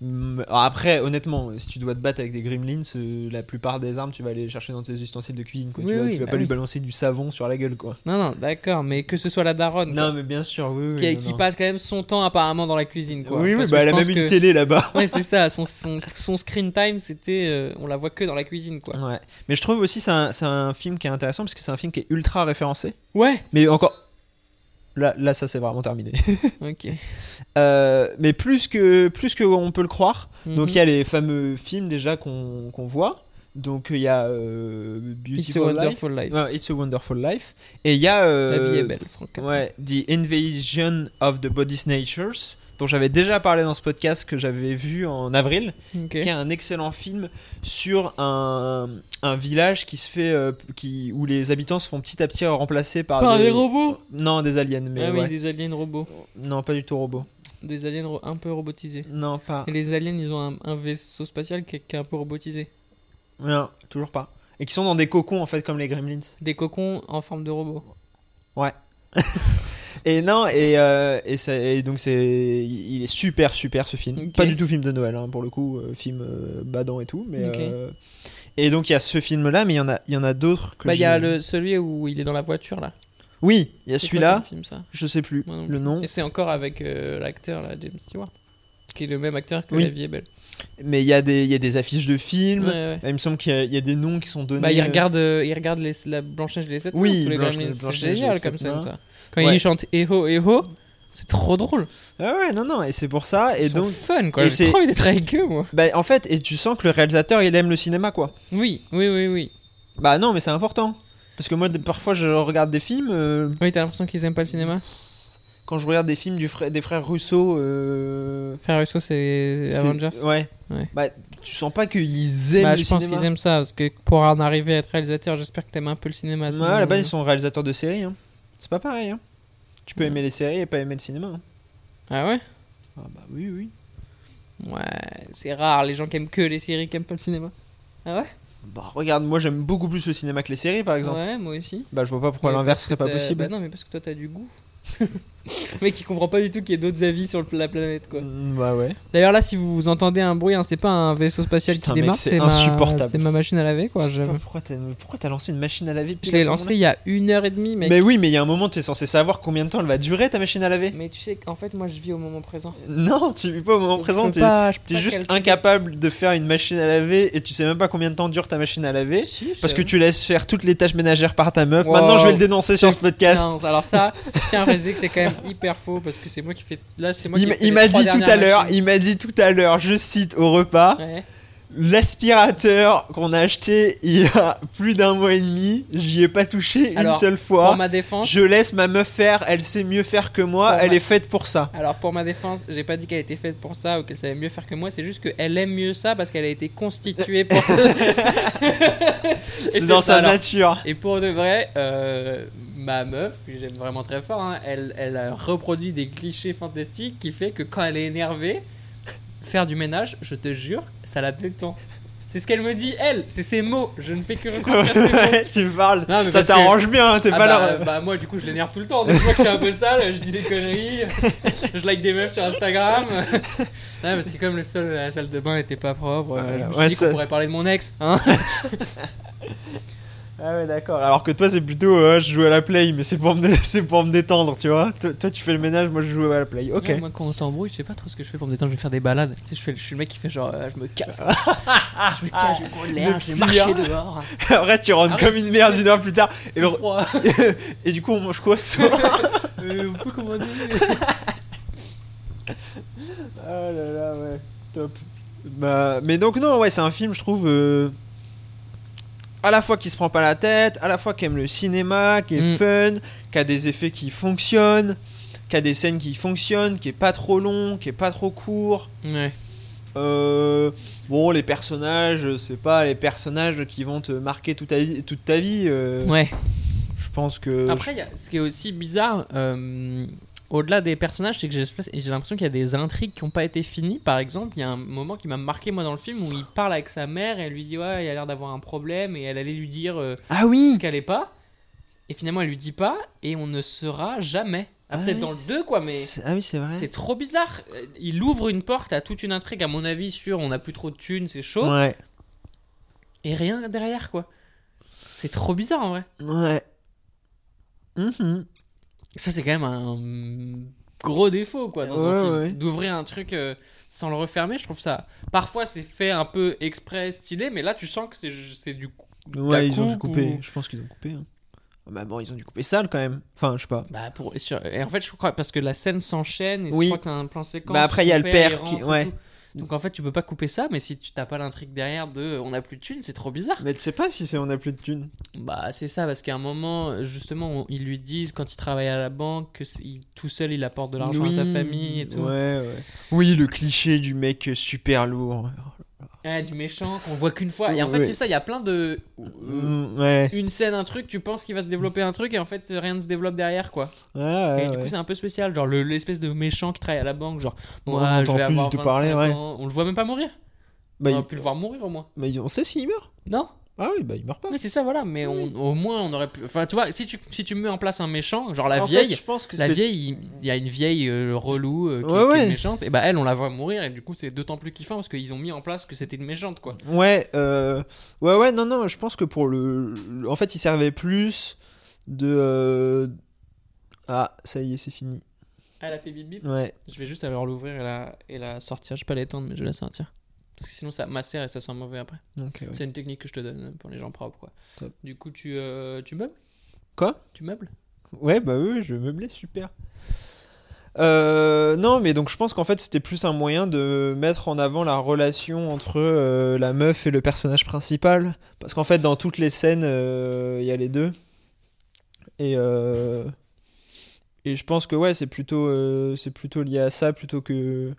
[SPEAKER 6] Mm, alors Après, honnêtement, si tu dois te battre avec des gremlins, euh, la plupart des armes, tu vas aller les chercher dans tes ustensiles de cuisine. Quoi.
[SPEAKER 5] Oui,
[SPEAKER 6] tu, vas,
[SPEAKER 5] oui,
[SPEAKER 6] tu vas
[SPEAKER 5] bah
[SPEAKER 6] pas lui
[SPEAKER 5] oui.
[SPEAKER 6] balancer du savon sur la gueule, quoi.
[SPEAKER 5] Non, non, d'accord, mais que ce soit la daronne
[SPEAKER 6] Non,
[SPEAKER 5] quoi,
[SPEAKER 6] mais bien sûr, oui, oui.
[SPEAKER 5] Bah. qui,
[SPEAKER 6] non,
[SPEAKER 5] qui
[SPEAKER 6] non.
[SPEAKER 5] passe quand même son temps apparemment dans la cuisine. Quoi,
[SPEAKER 6] Oui, oui,
[SPEAKER 5] Parce que
[SPEAKER 6] bah
[SPEAKER 5] je
[SPEAKER 6] elle a
[SPEAKER 5] pense
[SPEAKER 6] même une
[SPEAKER 5] que-
[SPEAKER 6] télé là-bas.
[SPEAKER 5] Ouais, c'est ça, son, son, son screen time, c'était. euh, on la voit que dans la cuisine, quoi.
[SPEAKER 6] Ouais. Mais je trouve aussi c'est un, c'est un film qui est intéressant parce que c'est un film qui est ultra référencé.
[SPEAKER 5] Ouais!
[SPEAKER 6] Mais encore. Là, là ça c'est vraiment terminé.
[SPEAKER 5] Ok.
[SPEAKER 6] Euh, mais plus que plus que on peut le croire. Donc il
[SPEAKER 5] Mhm.
[SPEAKER 6] y a les fameux films déjà qu'on qu'on voit. Donc il y a euh,
[SPEAKER 5] It's a
[SPEAKER 6] Beautiful Life.
[SPEAKER 5] Wonderful Life.
[SPEAKER 6] Ouais, It's a Wonderful Life. Et il y a. euh,
[SPEAKER 5] La vie est belle, Franck.
[SPEAKER 6] Ouais, The Invasion of the Body Snatchers, dont j'avais déjà parlé dans ce podcast que j'avais vu en avril.
[SPEAKER 5] Ok.
[SPEAKER 6] qui est un excellent film sur un, un village qui se fait euh, qui où les habitants se font petit à petit remplacer par,
[SPEAKER 5] Par Ah, des robots
[SPEAKER 6] non des aliens mais
[SPEAKER 5] Ah oui,
[SPEAKER 6] ouais.
[SPEAKER 5] des aliens robots.
[SPEAKER 6] non pas du tout robots
[SPEAKER 5] Des aliens ro- un peu robotisés.
[SPEAKER 6] non pas
[SPEAKER 5] Et les aliens, ils ont un, un vaisseau spatial qui est, qui est un peu robotisé.
[SPEAKER 6] non toujours pas et qui sont dans des cocons en fait comme les gremlins
[SPEAKER 5] Des cocons en forme de robot.
[SPEAKER 6] et non et, euh, et, ça- et donc c'est il est super super ce film
[SPEAKER 5] Ok.
[SPEAKER 6] pas du tout film de Noël hein, pour le coup euh, film euh, badant et tout mais
[SPEAKER 5] Ok.
[SPEAKER 6] euh, et donc il y a ce film là mais il y en a il y en a d'autres que
[SPEAKER 5] Bah, il y a
[SPEAKER 6] j'ai-
[SPEAKER 5] le, celui où il est dans la voiture, là.
[SPEAKER 6] oui il y a
[SPEAKER 5] C'est quoi
[SPEAKER 6] celui-là
[SPEAKER 5] comme film, ça
[SPEAKER 6] je sais plus
[SPEAKER 5] Moi non
[SPEAKER 6] le nom
[SPEAKER 5] Et c'est encore avec euh, l'acteur là, James Stewart, qui est le même acteur que
[SPEAKER 6] Oui.
[SPEAKER 5] La vie est belle.
[SPEAKER 6] Mais il y, a des- il y a des affiches de
[SPEAKER 5] Ouais,
[SPEAKER 6] films.
[SPEAKER 5] ouais.
[SPEAKER 6] Il me semble qu'il y, a- il y a des noms qui sont donnés.
[SPEAKER 5] Bah, il
[SPEAKER 6] euh,
[SPEAKER 5] regarde, euh, il regarde les, la Blanche-Neige et les Sept
[SPEAKER 6] Oui,
[SPEAKER 5] Nains, tous les
[SPEAKER 6] Blanche-
[SPEAKER 5] Gremlins. C'est
[SPEAKER 6] Blanche-Neige et
[SPEAKER 5] génial
[SPEAKER 6] les
[SPEAKER 5] comme
[SPEAKER 6] Sept
[SPEAKER 5] scène
[SPEAKER 6] Nains.
[SPEAKER 5] ça. Quand
[SPEAKER 6] Ouais.
[SPEAKER 5] il chante Eho Eho, c'est trop drôle.
[SPEAKER 6] Ah ouais, non, non, et c'est pour ça.
[SPEAKER 5] Ils
[SPEAKER 6] Et
[SPEAKER 5] sont
[SPEAKER 6] donc,
[SPEAKER 5] fun quoi.
[SPEAKER 6] et
[SPEAKER 5] J'ai
[SPEAKER 6] c'est-
[SPEAKER 5] trop envie d'être avec eux moi.
[SPEAKER 6] bah, en fait, et tu sens que le réalisateur, il aime le cinéma, quoi.
[SPEAKER 5] Oui, oui, oui, oui.
[SPEAKER 6] Bah non, mais c'est important. Parce que moi, de- parfois, je regarde des films. euh,
[SPEAKER 5] Oui, t'as l'impression qu'ils aiment pas le cinéma
[SPEAKER 6] quand je regarde des films du frère, des frères Russo. euh,
[SPEAKER 5] Frère Russo, c'est les
[SPEAKER 6] c'est-
[SPEAKER 5] Avengers
[SPEAKER 6] ouais.
[SPEAKER 5] Ouais.
[SPEAKER 6] Bah, tu sens pas qu'ils aiment
[SPEAKER 5] Bah,
[SPEAKER 6] le
[SPEAKER 5] je pense
[SPEAKER 6] cinéma.
[SPEAKER 5] qu'ils aiment ça parce que pour en arriver à être réalisateur, j'espère que t'aimes un peu le cinéma.
[SPEAKER 6] Ouais,
[SPEAKER 5] sinon-
[SPEAKER 6] à la base, ils sont réalisateurs de séries. hein. C'est pas pareil. hein. Tu peux
[SPEAKER 5] Ouais.
[SPEAKER 6] aimer les séries et pas aimer le cinéma. hein.
[SPEAKER 5] Ah ouais
[SPEAKER 6] Ah bah oui, oui.
[SPEAKER 5] Ouais, c'est rare les gens qui aiment que les séries, qui aiment pas le cinéma. Ah ouais
[SPEAKER 6] Bah regarde, moi, j'aime beaucoup plus le cinéma que les séries, par exemple.
[SPEAKER 5] Ouais, moi aussi.
[SPEAKER 6] Bah je vois pas pourquoi
[SPEAKER 5] Mais
[SPEAKER 6] l'inverse
[SPEAKER 5] parce
[SPEAKER 6] serait
[SPEAKER 5] que
[SPEAKER 6] pas
[SPEAKER 5] t'as-
[SPEAKER 6] possible.
[SPEAKER 5] bah non, mais parce que toi, t'as du goût. le mec, il comprend pas du tout qu'il y ait d'autres avis sur le- la planète, quoi.
[SPEAKER 6] Mm, Bah ouais.
[SPEAKER 5] D'ailleurs, là, si vous entendez un bruit, hein, c'est pas un vaisseau spatial
[SPEAKER 6] Putain,
[SPEAKER 5] qui
[SPEAKER 6] mec,
[SPEAKER 5] démarre,
[SPEAKER 6] c'est
[SPEAKER 5] c'est ma-
[SPEAKER 6] insupportable.
[SPEAKER 5] C'est ma machine à laver, quoi. Je,
[SPEAKER 6] Je sais pas pourquoi t'as pourquoi t'as lancé une machine à laver
[SPEAKER 5] je
[SPEAKER 6] pile à
[SPEAKER 5] l'ai
[SPEAKER 6] ce
[SPEAKER 5] lancé il y a une heure et demie,
[SPEAKER 6] moment-là
[SPEAKER 5] mec.
[SPEAKER 6] Mais oui, mais il y a un moment t'es censé savoir combien de temps elle va durer ta machine à laver.
[SPEAKER 5] Mais tu sais qu'en fait, moi, je vis au moment présent.
[SPEAKER 6] Non, tu vis pas au moment
[SPEAKER 5] Donc,
[SPEAKER 6] présent,
[SPEAKER 5] je peux
[SPEAKER 6] t'es
[SPEAKER 5] pas- je peux
[SPEAKER 6] t'es
[SPEAKER 5] pas
[SPEAKER 6] juste
[SPEAKER 5] calculer.
[SPEAKER 6] incapable de faire une machine à laver et tu sais même pas combien de temps dure ta machine à laver.
[SPEAKER 5] Si, je-
[SPEAKER 6] Parce que tu laisses faire toutes les tâches ménagères par ta meuf.
[SPEAKER 5] Wow.
[SPEAKER 6] Maintenant, je vais le dénoncer sur ce podcast.
[SPEAKER 5] Non, alors ça, je tiens à préciser que c'est quand même hyper faux parce que c'est moi qui fais. Là, c'est moi
[SPEAKER 6] Il
[SPEAKER 5] qui
[SPEAKER 6] m-
[SPEAKER 5] fais les
[SPEAKER 6] il m'a
[SPEAKER 5] trois
[SPEAKER 6] dit tout à
[SPEAKER 5] dernières
[SPEAKER 6] l'heure,
[SPEAKER 5] machines.
[SPEAKER 6] il m'a dit tout à l'heure, je cite au repas,
[SPEAKER 5] Ouais.
[SPEAKER 6] L'aspirateur qu'on a acheté il y a plus d'un mois et demi, j'y ai pas touché
[SPEAKER 5] Alors,
[SPEAKER 6] une seule
[SPEAKER 5] Pour
[SPEAKER 6] fois.
[SPEAKER 5] ma défense,
[SPEAKER 6] Je laisse ma meuf faire, elle sait mieux faire que moi,
[SPEAKER 5] Pour
[SPEAKER 6] elle
[SPEAKER 5] ma-
[SPEAKER 6] est faite pour ça.
[SPEAKER 5] Alors pour ma défense, j'ai pas dit qu'elle était faite pour ça ou qu'elle savait mieux faire que moi, c'est juste qu'elle aime mieux ça parce qu'elle a été constituée pour ça. Et
[SPEAKER 6] C'est dans
[SPEAKER 5] ça,
[SPEAKER 6] sa
[SPEAKER 5] alors.
[SPEAKER 6] nature.
[SPEAKER 5] Et pour de vrai, euh, ma meuf, que j'aime vraiment très fort, hein, elle, elle a reproduit des clichés fantastiques qui fait que quand elle est énervée, faire du ménage, je te jure, ça la détend. C'est ce qu'elle me dit, elle, c'est ses mots, je ne fais que reconstruire ses mots.
[SPEAKER 6] Ouais, tu parles,
[SPEAKER 5] Non, mais
[SPEAKER 6] ça
[SPEAKER 5] parce que-
[SPEAKER 6] t'arrange bien, hein, t'es
[SPEAKER 5] Ah
[SPEAKER 6] pas
[SPEAKER 5] bah,
[SPEAKER 6] là.
[SPEAKER 5] euh, bah, moi du coup je l'énerve tout le temps, donc je vois que c'est un peu sale, je dis des conneries, je like des meufs sur Instagram. non, parce que comme le sol la salle de bain était pas propre, euh, je me suis
[SPEAKER 6] Ouais,
[SPEAKER 5] dit
[SPEAKER 6] ça-
[SPEAKER 5] qu'on pourrait parler de mon ex. Hein
[SPEAKER 6] Ah ouais, d'accord. Alors que toi, c'est plutôt euh, je joue à la play, mais c'est pour, me dé- c'est pour me détendre, tu vois. Toi, toi, tu fais le ménage, moi, je joue à la play. Ok.
[SPEAKER 5] Ouais, moi quand on s'embrouille, je sais pas trop ce que je fais pour me détendre, je vais faire des balades. Tu sais, je, fais, le- je suis le mec qui fait genre euh, je me casse. quoi. je me casse, je prends de l'air,
[SPEAKER 6] Le
[SPEAKER 5] je vais
[SPEAKER 6] pliant.
[SPEAKER 5] marcher dehors.
[SPEAKER 6] Après, tu rentres
[SPEAKER 5] Arrête.
[SPEAKER 6] comme une merde une heure plus tard. Et, le-
[SPEAKER 5] Froid.
[SPEAKER 6] et du coup, on mange quoi ce soir
[SPEAKER 5] Euh, on peut commander.
[SPEAKER 6] Ah là là, ouais. Top. Bah, mais donc, non, ouais, c'est un film, je trouve. euh, À la fois qui se prend pas la tête, à la fois qui aime le cinéma, qui est
[SPEAKER 5] Mm.
[SPEAKER 6] fun, qui a des effets qui fonctionnent, qui a des scènes qui fonctionnent, qui est pas trop long, qui est pas trop court.
[SPEAKER 5] Ouais.
[SPEAKER 6] Euh, bon, les personnages, euh, c'est pas les personnages qui vont te marquer toute ta vie. Toute ta vie euh,
[SPEAKER 5] ouais.
[SPEAKER 6] Je pense que.
[SPEAKER 5] Après, il y a- ce qui est aussi bizarre, euh, au-delà des personnages, c'est que j'ai j'ai l'impression qu'il y a des intrigues qui n'ont pas été finies. Par exemple, il y a un moment qui m'a marqué, moi, dans le film, où il parle avec sa mère et elle lui dit Ouais, il a l'air d'avoir un problème, et elle allait lui dire euh,
[SPEAKER 6] Ah
[SPEAKER 5] ce
[SPEAKER 6] oui
[SPEAKER 5] qu'elle est pas. Et finalement, elle lui dit pas, et on ne saura jamais. Ah,
[SPEAKER 6] Ah
[SPEAKER 5] Peut-être
[SPEAKER 6] oui,
[SPEAKER 5] dans le 2, quoi, mais.
[SPEAKER 6] C'est- Ah oui, c'est vrai.
[SPEAKER 5] C'est trop bizarre. Euh, Il ouvre une porte à toute une intrigue, à mon avis, sur on n'a plus trop de thunes, c'est chaud,
[SPEAKER 6] Ouais.
[SPEAKER 5] et rien derrière, quoi. C'est trop bizarre en vrai.
[SPEAKER 6] Ouais. Mhm.
[SPEAKER 5] Ça, c'est quand même un gros défaut, quoi, dans un
[SPEAKER 6] Ouais,
[SPEAKER 5] film.
[SPEAKER 6] ouais.
[SPEAKER 5] D'ouvrir un truc euh, sans le refermer, je trouve ça. Parfois, c'est fait un peu exprès, stylé, mais là, tu sens que c'est- c'est du. coup- Ta
[SPEAKER 6] Ouais, ils ont dû
[SPEAKER 5] coupe
[SPEAKER 6] couper.
[SPEAKER 5] ou-
[SPEAKER 6] Je pense qu'ils ont coupé. Hein. Bah bon, ils ont dû couper sale quand même. Enfin, je sais pas.
[SPEAKER 5] Bah, pour... sur- Et en fait, je crois, parce que la scène s'enchaîne, et
[SPEAKER 6] Oui.
[SPEAKER 5] je crois que t'as un plan séquence.
[SPEAKER 6] Bah, après, il y a
[SPEAKER 5] son
[SPEAKER 6] le père
[SPEAKER 5] il
[SPEAKER 6] qui-
[SPEAKER 5] rentre et
[SPEAKER 6] ouais.
[SPEAKER 5] tout. Donc, en fait, tu peux pas couper ça, mais si tu t'as pas l'intrigue derrière de euh, on a plus de thunes, c'est trop bizarre.
[SPEAKER 6] Mais tu sais pas si c'est on a plus de thunes.
[SPEAKER 5] Bah, c'est ça, parce qu'à un moment, justement, on- ils lui disent quand il travaille à la banque que c'est- il- tout seul il apporte de l'argent à sa famille et tout.
[SPEAKER 6] Ouais, ouais. Oui, le cliché du mec super lourd.
[SPEAKER 5] Ouais, Eh, du méchant qu'on voit qu'une fois. Et en fait,
[SPEAKER 6] Oh, Ouais.
[SPEAKER 5] c'est ça, il y a plein de.
[SPEAKER 6] Mm, ouais.
[SPEAKER 5] Une scène, un truc, tu penses qu'il va se développer un truc et en fait rien ne se développe derrière quoi.
[SPEAKER 6] Ouais,
[SPEAKER 5] et
[SPEAKER 6] ouais,
[SPEAKER 5] du coup,
[SPEAKER 6] ouais.
[SPEAKER 5] c'est un peu spécial. Genre le- l'espèce de méchant qui travaille à la banque, genre moi
[SPEAKER 6] On
[SPEAKER 5] je
[SPEAKER 6] entend
[SPEAKER 5] vais
[SPEAKER 6] plus
[SPEAKER 5] avoir
[SPEAKER 6] de
[SPEAKER 5] 25
[SPEAKER 6] parler, ouais.
[SPEAKER 5] ans. On le voit même pas mourir.
[SPEAKER 6] Bah,
[SPEAKER 5] on
[SPEAKER 6] il-
[SPEAKER 5] aurait pu le voir mourir au moins.
[SPEAKER 6] Mais ils- on sait s'il meurt.
[SPEAKER 5] Non
[SPEAKER 6] Ah oui, bah il meurt pas.
[SPEAKER 5] Oui, c'est ça, voilà. Mais on- au moins on aurait pu. Enfin, tu vois, si tu, si tu mets en place un méchant, genre la
[SPEAKER 6] En fait,
[SPEAKER 5] vieille.
[SPEAKER 6] je pense que
[SPEAKER 5] La
[SPEAKER 6] c'est-
[SPEAKER 5] vieille, il- il y a une vieille euh, relou euh, qui,
[SPEAKER 6] Ouais,
[SPEAKER 5] qui est
[SPEAKER 6] ouais.
[SPEAKER 5] méchante, et bah elle, on la voit mourir, et du coup, c'est d'autant plus kiffant parce qu'ils ont mis en place que c'était une méchante, quoi.
[SPEAKER 6] Ouais, euh, ouais, ouais, non, non, je pense que pour le. le- En fait, il servait plus de. euh, Ah, ça y est, c'est fini.
[SPEAKER 5] Elle a fait bip bip.
[SPEAKER 6] Ouais.
[SPEAKER 5] Je vais juste alors l'ouvrir et la, et la sortir. Je vais pas l'étendre, mais je vais la sortir. Parce que sinon, ça macère et ça sent mauvais après.
[SPEAKER 6] Ok, ouais.
[SPEAKER 5] C'est une technique que je te donne pour les gens propres, quoi.
[SPEAKER 6] Top.
[SPEAKER 5] Du coup, tu, euh, tu meubles
[SPEAKER 6] Quoi
[SPEAKER 5] Tu meubles
[SPEAKER 6] Ouais, bah oui, oui, je vais meubler, super. Euh, non, mais donc je pense qu'en fait, c'était plus un moyen de mettre en avant la relation entre euh, la meuf et le personnage principal. Parce qu'en fait, dans toutes les scènes, euh, il y a les deux. Et, euh, et je pense que ouais, c'est plutôt, euh, c'est plutôt lié à ça plutôt que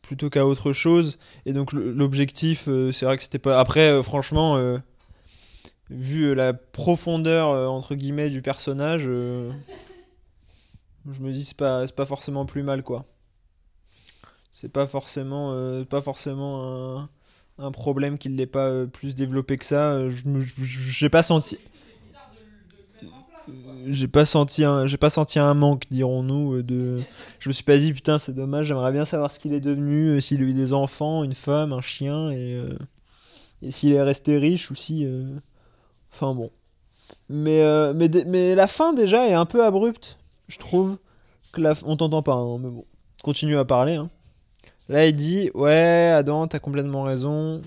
[SPEAKER 6] plutôt qu'à autre chose. Et donc le- l'objectif, euh, c'est vrai que c'était pas. Après, euh, franchement, euh, vu euh, la profondeur euh, entre guillemets du personnage, euh, je me dis c'est pas c'est pas forcément plus mal quoi. C'est pas forcément euh, pas forcément un, un problème qu'il l'ait pas euh, plus développé que ça. Euh, Je me- je- je- j'ai pas senti. Euh, J'ai pas senti un j'ai pas senti un manque dirons-nous euh, de je me suis pas dit putain c'est dommage j'aimerais bien savoir ce qu'il est devenu euh, s'il a eu des enfants une femme un chien et euh, et s'il est resté riche ou si euh, Enfin bon. Mais, euh, mais, dé- mais la fin déjà est un peu abrupte, je trouve. Que la, f- on t'entend pas, hein, mais bon. Continue à parler. hein. Là, il dit Ouais, Adam, t'as complètement raison.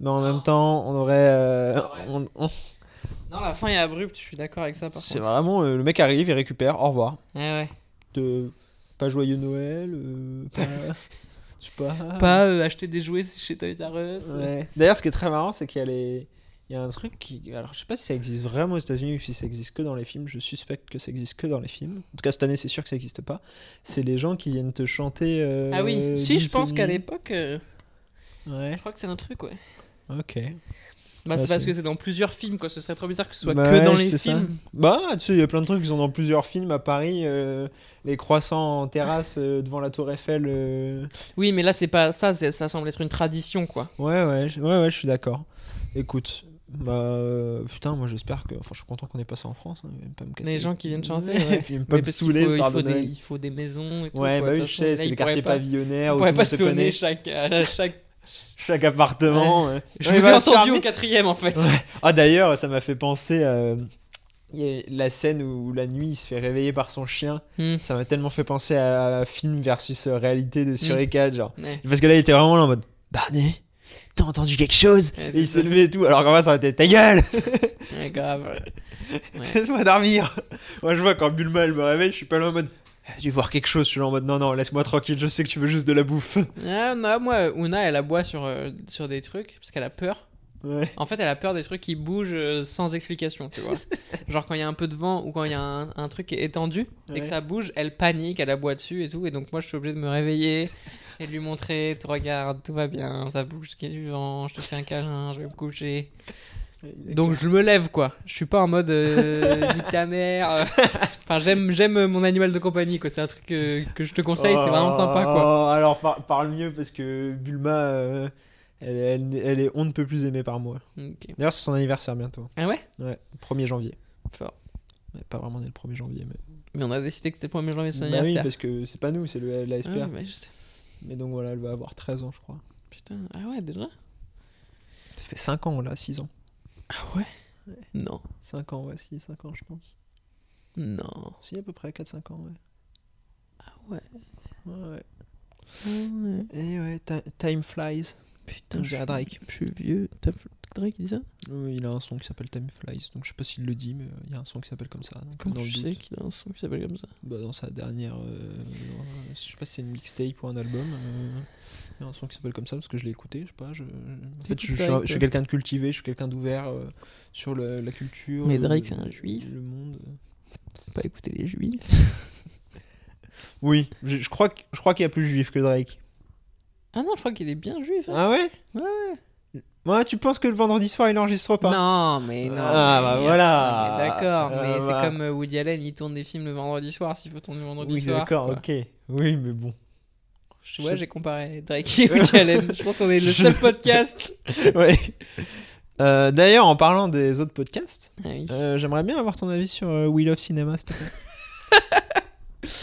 [SPEAKER 6] Mais en même temps, on devrait.
[SPEAKER 5] Ah
[SPEAKER 6] euh, on- on-
[SPEAKER 5] Non, la fin est abrupte, je suis d'accord avec ça, par
[SPEAKER 6] C'est
[SPEAKER 5] contre. Eh
[SPEAKER 6] vraiment. euh, le mec arrive, il récupère, au revoir.
[SPEAKER 5] Ouais, ouais.
[SPEAKER 6] De, pas joyeux Noël. euh, pas- Je sais pas.
[SPEAKER 5] Pas euh, acheter des jouets chez Toys R Us.
[SPEAKER 6] Ouais. D'ailleurs, ce qui est très marrant, c'est qu'il y a les. Il y a un truc qui. Alors, je sais pas si ça existe vraiment aux États-Unis ou si ça existe que dans les films. Je suspecte que ça existe que dans les films. En tout cas, cette année, c'est sûr que ça existe pas. C'est les gens qui viennent te chanter. euh,
[SPEAKER 5] Ah oui, si je pense
[SPEAKER 6] Disney.
[SPEAKER 5] qu'à l'époque, euh,
[SPEAKER 6] Ouais,
[SPEAKER 5] je crois que c'est un truc, ouais.
[SPEAKER 6] ok.
[SPEAKER 5] Bah,
[SPEAKER 6] Ah,
[SPEAKER 5] c'est parce
[SPEAKER 6] c'est-
[SPEAKER 5] que c'est dans plusieurs films, quoi. Ce serait trop bizarre que ce soit
[SPEAKER 6] Bah
[SPEAKER 5] que
[SPEAKER 6] ouais,
[SPEAKER 5] dans les
[SPEAKER 6] c'est ça.
[SPEAKER 5] films.
[SPEAKER 6] Bah, tu sais, il y a plein de trucs qui sont dans plusieurs films à Paris. euh, les croissants en terrasse euh, devant la Tour Eiffel. euh,
[SPEAKER 5] Oui, mais là, c'est pas ça, c'est- ça semble être une tradition, quoi.
[SPEAKER 6] Ouais, ouais, je- ouais, ouais, je suis d'accord. Écoute, bah, euh, putain, moi j'espère que. Enfin, je suis content qu'on ait pas ça en France. hein, ils viennent pas me casser.
[SPEAKER 5] Les gens qui viennent chanter,
[SPEAKER 6] Ouais,
[SPEAKER 5] ouais.
[SPEAKER 6] ils viennent pas
[SPEAKER 5] Mais
[SPEAKER 6] me
[SPEAKER 5] parce qu'il
[SPEAKER 6] saouler,
[SPEAKER 5] faut-
[SPEAKER 6] ce
[SPEAKER 5] il
[SPEAKER 6] soir
[SPEAKER 5] faut,
[SPEAKER 6] de
[SPEAKER 5] des,
[SPEAKER 6] Noël.
[SPEAKER 5] il faut des maisons et tout.
[SPEAKER 6] Ouais,
[SPEAKER 5] quoi.
[SPEAKER 6] bah
[SPEAKER 5] De
[SPEAKER 6] oui,
[SPEAKER 5] toute
[SPEAKER 6] je
[SPEAKER 5] façon,
[SPEAKER 6] sais,
[SPEAKER 5] là,
[SPEAKER 6] c'est
[SPEAKER 5] ils
[SPEAKER 6] les
[SPEAKER 5] pourraient
[SPEAKER 6] quartiers
[SPEAKER 5] pas-
[SPEAKER 6] pavillonnaires où
[SPEAKER 5] On
[SPEAKER 6] tout le
[SPEAKER 5] pourrait
[SPEAKER 6] monde
[SPEAKER 5] pas
[SPEAKER 6] se
[SPEAKER 5] sonner
[SPEAKER 6] connaît,
[SPEAKER 5] chaque, à chaque...
[SPEAKER 6] chaque appartement. ouais.
[SPEAKER 5] Je
[SPEAKER 6] On
[SPEAKER 5] vous
[SPEAKER 6] va
[SPEAKER 5] ai
[SPEAKER 6] le
[SPEAKER 5] entendu
[SPEAKER 6] fermer.
[SPEAKER 5] au quatrième en fait.
[SPEAKER 6] Ah d'ailleurs, ça m'a fait penser à il y a la scène où la nuit il se fait réveiller par son chien.
[SPEAKER 5] Hmm.
[SPEAKER 6] Ça m'a tellement fait penser à film versus euh, réalité de Sur 4 genre.
[SPEAKER 5] Hmm. Ouais.
[SPEAKER 6] Parce que là, il était vraiment là en mode Barney, t'as entendu quelque chose
[SPEAKER 5] Ouais, c'est
[SPEAKER 6] Et il
[SPEAKER 5] ça.
[SPEAKER 6] s'est levé et tout. Alors qu'en vrai, ça aurait été ta gueule
[SPEAKER 5] Ouais, grave. Ouais.
[SPEAKER 6] Laisse-moi dormir Moi, je vois quand Bulma elle me réveille, je suis pas là en mode Ah, J'ai dû voir quelque chose. Je suis là en mode Non, non, laisse-moi tranquille, je sais que tu veux juste de la bouffe.
[SPEAKER 5] Ah, non, moi, Una, elle aboie sur, euh, sur des trucs parce qu'elle a peur.
[SPEAKER 6] Ouais.
[SPEAKER 5] En fait, elle a peur des trucs qui bougent euh, sans explication, tu vois. Genre quand il y a un peu de vent ou quand il y a un, un truc qui est étendu et
[SPEAKER 6] Ouais.
[SPEAKER 5] que ça bouge, elle panique, elle aboie dessus et tout. Et donc moi, je suis obligé de me réveiller et de lui montrer, tu regardes, tout va bien, ça bouge, ce qui est du vent, je te fais un câlin, je vais me coucher. Donc je me lève quoi. Je suis pas en mode euh, nique ta mère. euh. Enfin j'aime j'aime mon animal de compagnie quoi. C'est un truc euh, que, je te conseille. C'est vraiment sympa quoi.
[SPEAKER 6] Oh, alors par- parle mieux parce que Bulma, euh, elle, elle- elle est on ne peut plus aimée par moi.
[SPEAKER 5] Ok.
[SPEAKER 6] D'ailleurs, c'est son anniversaire bientôt.
[SPEAKER 5] Ah ouais.
[SPEAKER 6] Ouais, 1er janvier.
[SPEAKER 5] Fort.
[SPEAKER 6] Ouais, pas vraiment né le 1er janvier, mais.
[SPEAKER 5] Mais on a décidé que c'était le 1er janvier son
[SPEAKER 6] Bah oui,
[SPEAKER 5] anniversaire.
[SPEAKER 6] parce que c'est pas nous, c'est le, la
[SPEAKER 5] Ah
[SPEAKER 6] SPR.
[SPEAKER 5] oui, bah, je sais.
[SPEAKER 6] Mais donc voilà, elle va avoir 13 ans, je crois.
[SPEAKER 5] Putain. Ah ouais déjà.
[SPEAKER 6] Ça fait 5 ans, là, 6 ans.
[SPEAKER 5] Ah ouais. Non.
[SPEAKER 6] 5 ans, ouais, 6, 5 ans, je pense.
[SPEAKER 5] Non.
[SPEAKER 6] Si, à peu près 4-5 ans, ouais. Ah
[SPEAKER 5] ouais.
[SPEAKER 6] Ouais, ouais. Et ouais, ti- time flies.
[SPEAKER 5] Putain.
[SPEAKER 6] Comme
[SPEAKER 5] Je
[SPEAKER 6] dirait
[SPEAKER 5] suis,
[SPEAKER 6] Drake.
[SPEAKER 5] je suis vieux. T'as vu Drake il dit ça
[SPEAKER 6] Oui, il a un son qui s'appelle Time Flies, donc je sais pas s'il le dit, mais euh, il y a un son qui s'appelle comme ça. donc
[SPEAKER 5] Comment
[SPEAKER 6] dans le
[SPEAKER 5] tu
[SPEAKER 6] doute.
[SPEAKER 5] sais qu'il a un son qui s'appelle comme ça
[SPEAKER 6] bah, dans sa dernière. euh, dans- je sais pas si c'est une mixtape ou un album. euh, il y a un son qui s'appelle comme ça parce que je l'ai écouté, je sais pas. Je, en fait, je, je suis un- je suis quelqu'un de cultivé, je suis quelqu'un d'ouvert euh, sur le- la culture.
[SPEAKER 5] Mais
[SPEAKER 6] le-
[SPEAKER 5] Drake, c'est un juif.
[SPEAKER 6] Le monde.
[SPEAKER 5] Faut Pas écouter les juifs.
[SPEAKER 6] Oui, je, je crois que- je crois qu'il y a plus juif que Drake.
[SPEAKER 5] Ah non je crois qu'il est bien juif. hein.
[SPEAKER 6] Ah ouais
[SPEAKER 5] Ouais,
[SPEAKER 6] Ouais, tu penses que le vendredi soir il enregistre Ah, pas
[SPEAKER 5] Non, mais non.
[SPEAKER 6] Ah, bah
[SPEAKER 5] mais-
[SPEAKER 6] voilà.
[SPEAKER 5] mais D'accord,
[SPEAKER 6] Ah,
[SPEAKER 5] mais
[SPEAKER 6] bah.
[SPEAKER 5] c'est comme euh, Woody Allen, il tourne des films le vendredi soir, s'il faut tourner le vendredi
[SPEAKER 6] Oui,
[SPEAKER 5] soir.
[SPEAKER 6] d'accord,
[SPEAKER 5] quoi.
[SPEAKER 6] ok. Oui, mais bon.
[SPEAKER 5] Je- Ouais, j'ai comparé Drake et Woody Allen. Je pense qu'on est le seul podcast.
[SPEAKER 6] Ouais. Euh, D'ailleurs, en parlant des autres podcasts,
[SPEAKER 5] Ah oui.
[SPEAKER 6] Euh, J'aimerais bien avoir ton avis sur euh, We Love Cinema, s'il te plaît.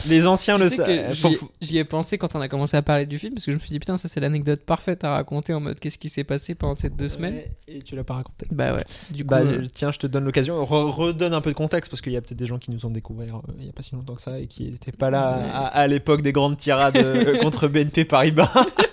[SPEAKER 6] Les anciens
[SPEAKER 5] Tu
[SPEAKER 6] le euh,
[SPEAKER 5] sais
[SPEAKER 6] savent.
[SPEAKER 5] que j'y- J'y ai pensé quand on a commencé à parler du film, parce que je me suis dit, putain, ça c'est l'anecdote parfaite à raconter en mode qu'est-ce qui s'est passé pendant ces deux semaines.
[SPEAKER 6] Et tu l'as pas raconté.
[SPEAKER 5] Bah ouais. Du coup,
[SPEAKER 6] Bah,
[SPEAKER 5] euh,
[SPEAKER 6] je- tiens, je te donne l'occasion. Re- redonne un peu de contexte parce qu'il y a peut-être des gens qui nous ont découvert euh, il y a pas si longtemps que ça et qui n'étaient pas là
[SPEAKER 5] Ouais.
[SPEAKER 6] à, à l'époque des grandes tirades euh, contre BNP Paribas